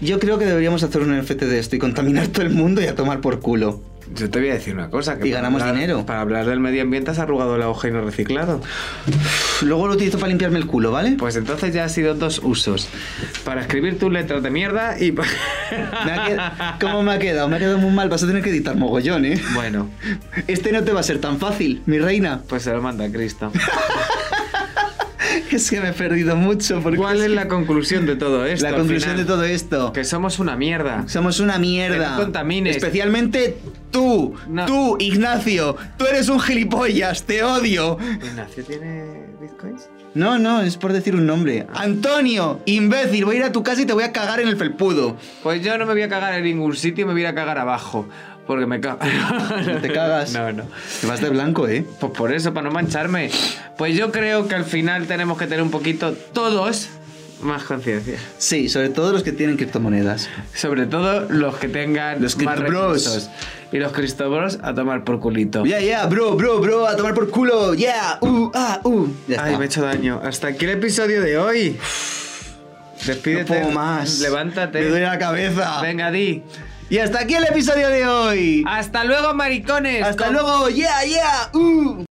Speaker 2: Yo creo que deberíamos hacer un NFT de esto y contaminar todo el mundo y a tomar por culo.
Speaker 1: Yo te voy a decir una cosa. Que
Speaker 2: Y
Speaker 1: para
Speaker 2: ganamos
Speaker 1: hablar-
Speaker 2: dinero.
Speaker 1: Para hablar del medio ambiente has arrugado la hoja y no reciclado.
Speaker 2: Pff, Luego lo utilizo para limpiarme el
Speaker 1: [laughs]
Speaker 2: culo, ¿vale?
Speaker 1: Pues entonces ya ha sido dos usos. Para escribir tus letras de mierda y... [laughs] pa-
Speaker 2: Me ha qued- ¿Cómo me ha quedado? Me ha quedado muy mal, vas a tener que editar mogollón, ¿eh?
Speaker 1: bueno,
Speaker 2: Este no te va a ser tan fácil, mi reina.
Speaker 1: pues se lo manda a Cristo.
Speaker 2: Es que me he perdido mucho. [laughs] Porque
Speaker 1: ¿Cuál es la conclusión de todo esto?
Speaker 2: la
Speaker 1: al
Speaker 2: conclusión de
Speaker 1: final?
Speaker 2: todo esto?
Speaker 1: Que somos una mierda.
Speaker 2: Somos una mierda.
Speaker 1: Que no contamines.
Speaker 2: Especialmente tú,
Speaker 1: No.
Speaker 2: tú, Ignacio. Tú eres un gilipollas, te odio.
Speaker 1: ¿Ignacio tiene bitcoins?
Speaker 2: No, no, es por decir un nombre. Antonio, imbécil, voy a ir a tu casa y te voy a cagar en el felpudo.
Speaker 1: Pues yo no me voy a cagar en ningún sitio, me voy a ir a cagar abajo. Porque me [laughs] cago.
Speaker 2: No te cagas.
Speaker 1: No, no.
Speaker 2: Te vas de blanco, ¿eh?
Speaker 1: Pues por eso, para no mancharme. Pues yo creo que al final tenemos que tener un poquito, todos, más conciencia.
Speaker 2: Sí, sobre todo los que tienen criptomonedas.
Speaker 1: Sobre todo los que tengan
Speaker 2: Los
Speaker 1: más
Speaker 2: criptobros.
Speaker 1: recursos. Y los cristobros a tomar por culito.
Speaker 2: Yeah, yeah, bro, bro, bro, a tomar por culo. Yeah, uh, ah, uh. Ya
Speaker 1: Ay,
Speaker 2: está.
Speaker 1: me he hecho daño. Hasta aquí el episodio de hoy.
Speaker 2: No
Speaker 1: Despídete.
Speaker 2: puedo más.
Speaker 1: Levántate.
Speaker 2: Me duele la cabeza.
Speaker 1: Venga, di.
Speaker 2: Y hasta aquí el episodio de hoy.
Speaker 1: Hasta luego, maricones.
Speaker 2: Hasta
Speaker 1: Con-
Speaker 2: luego. Yeah, yeah, uh.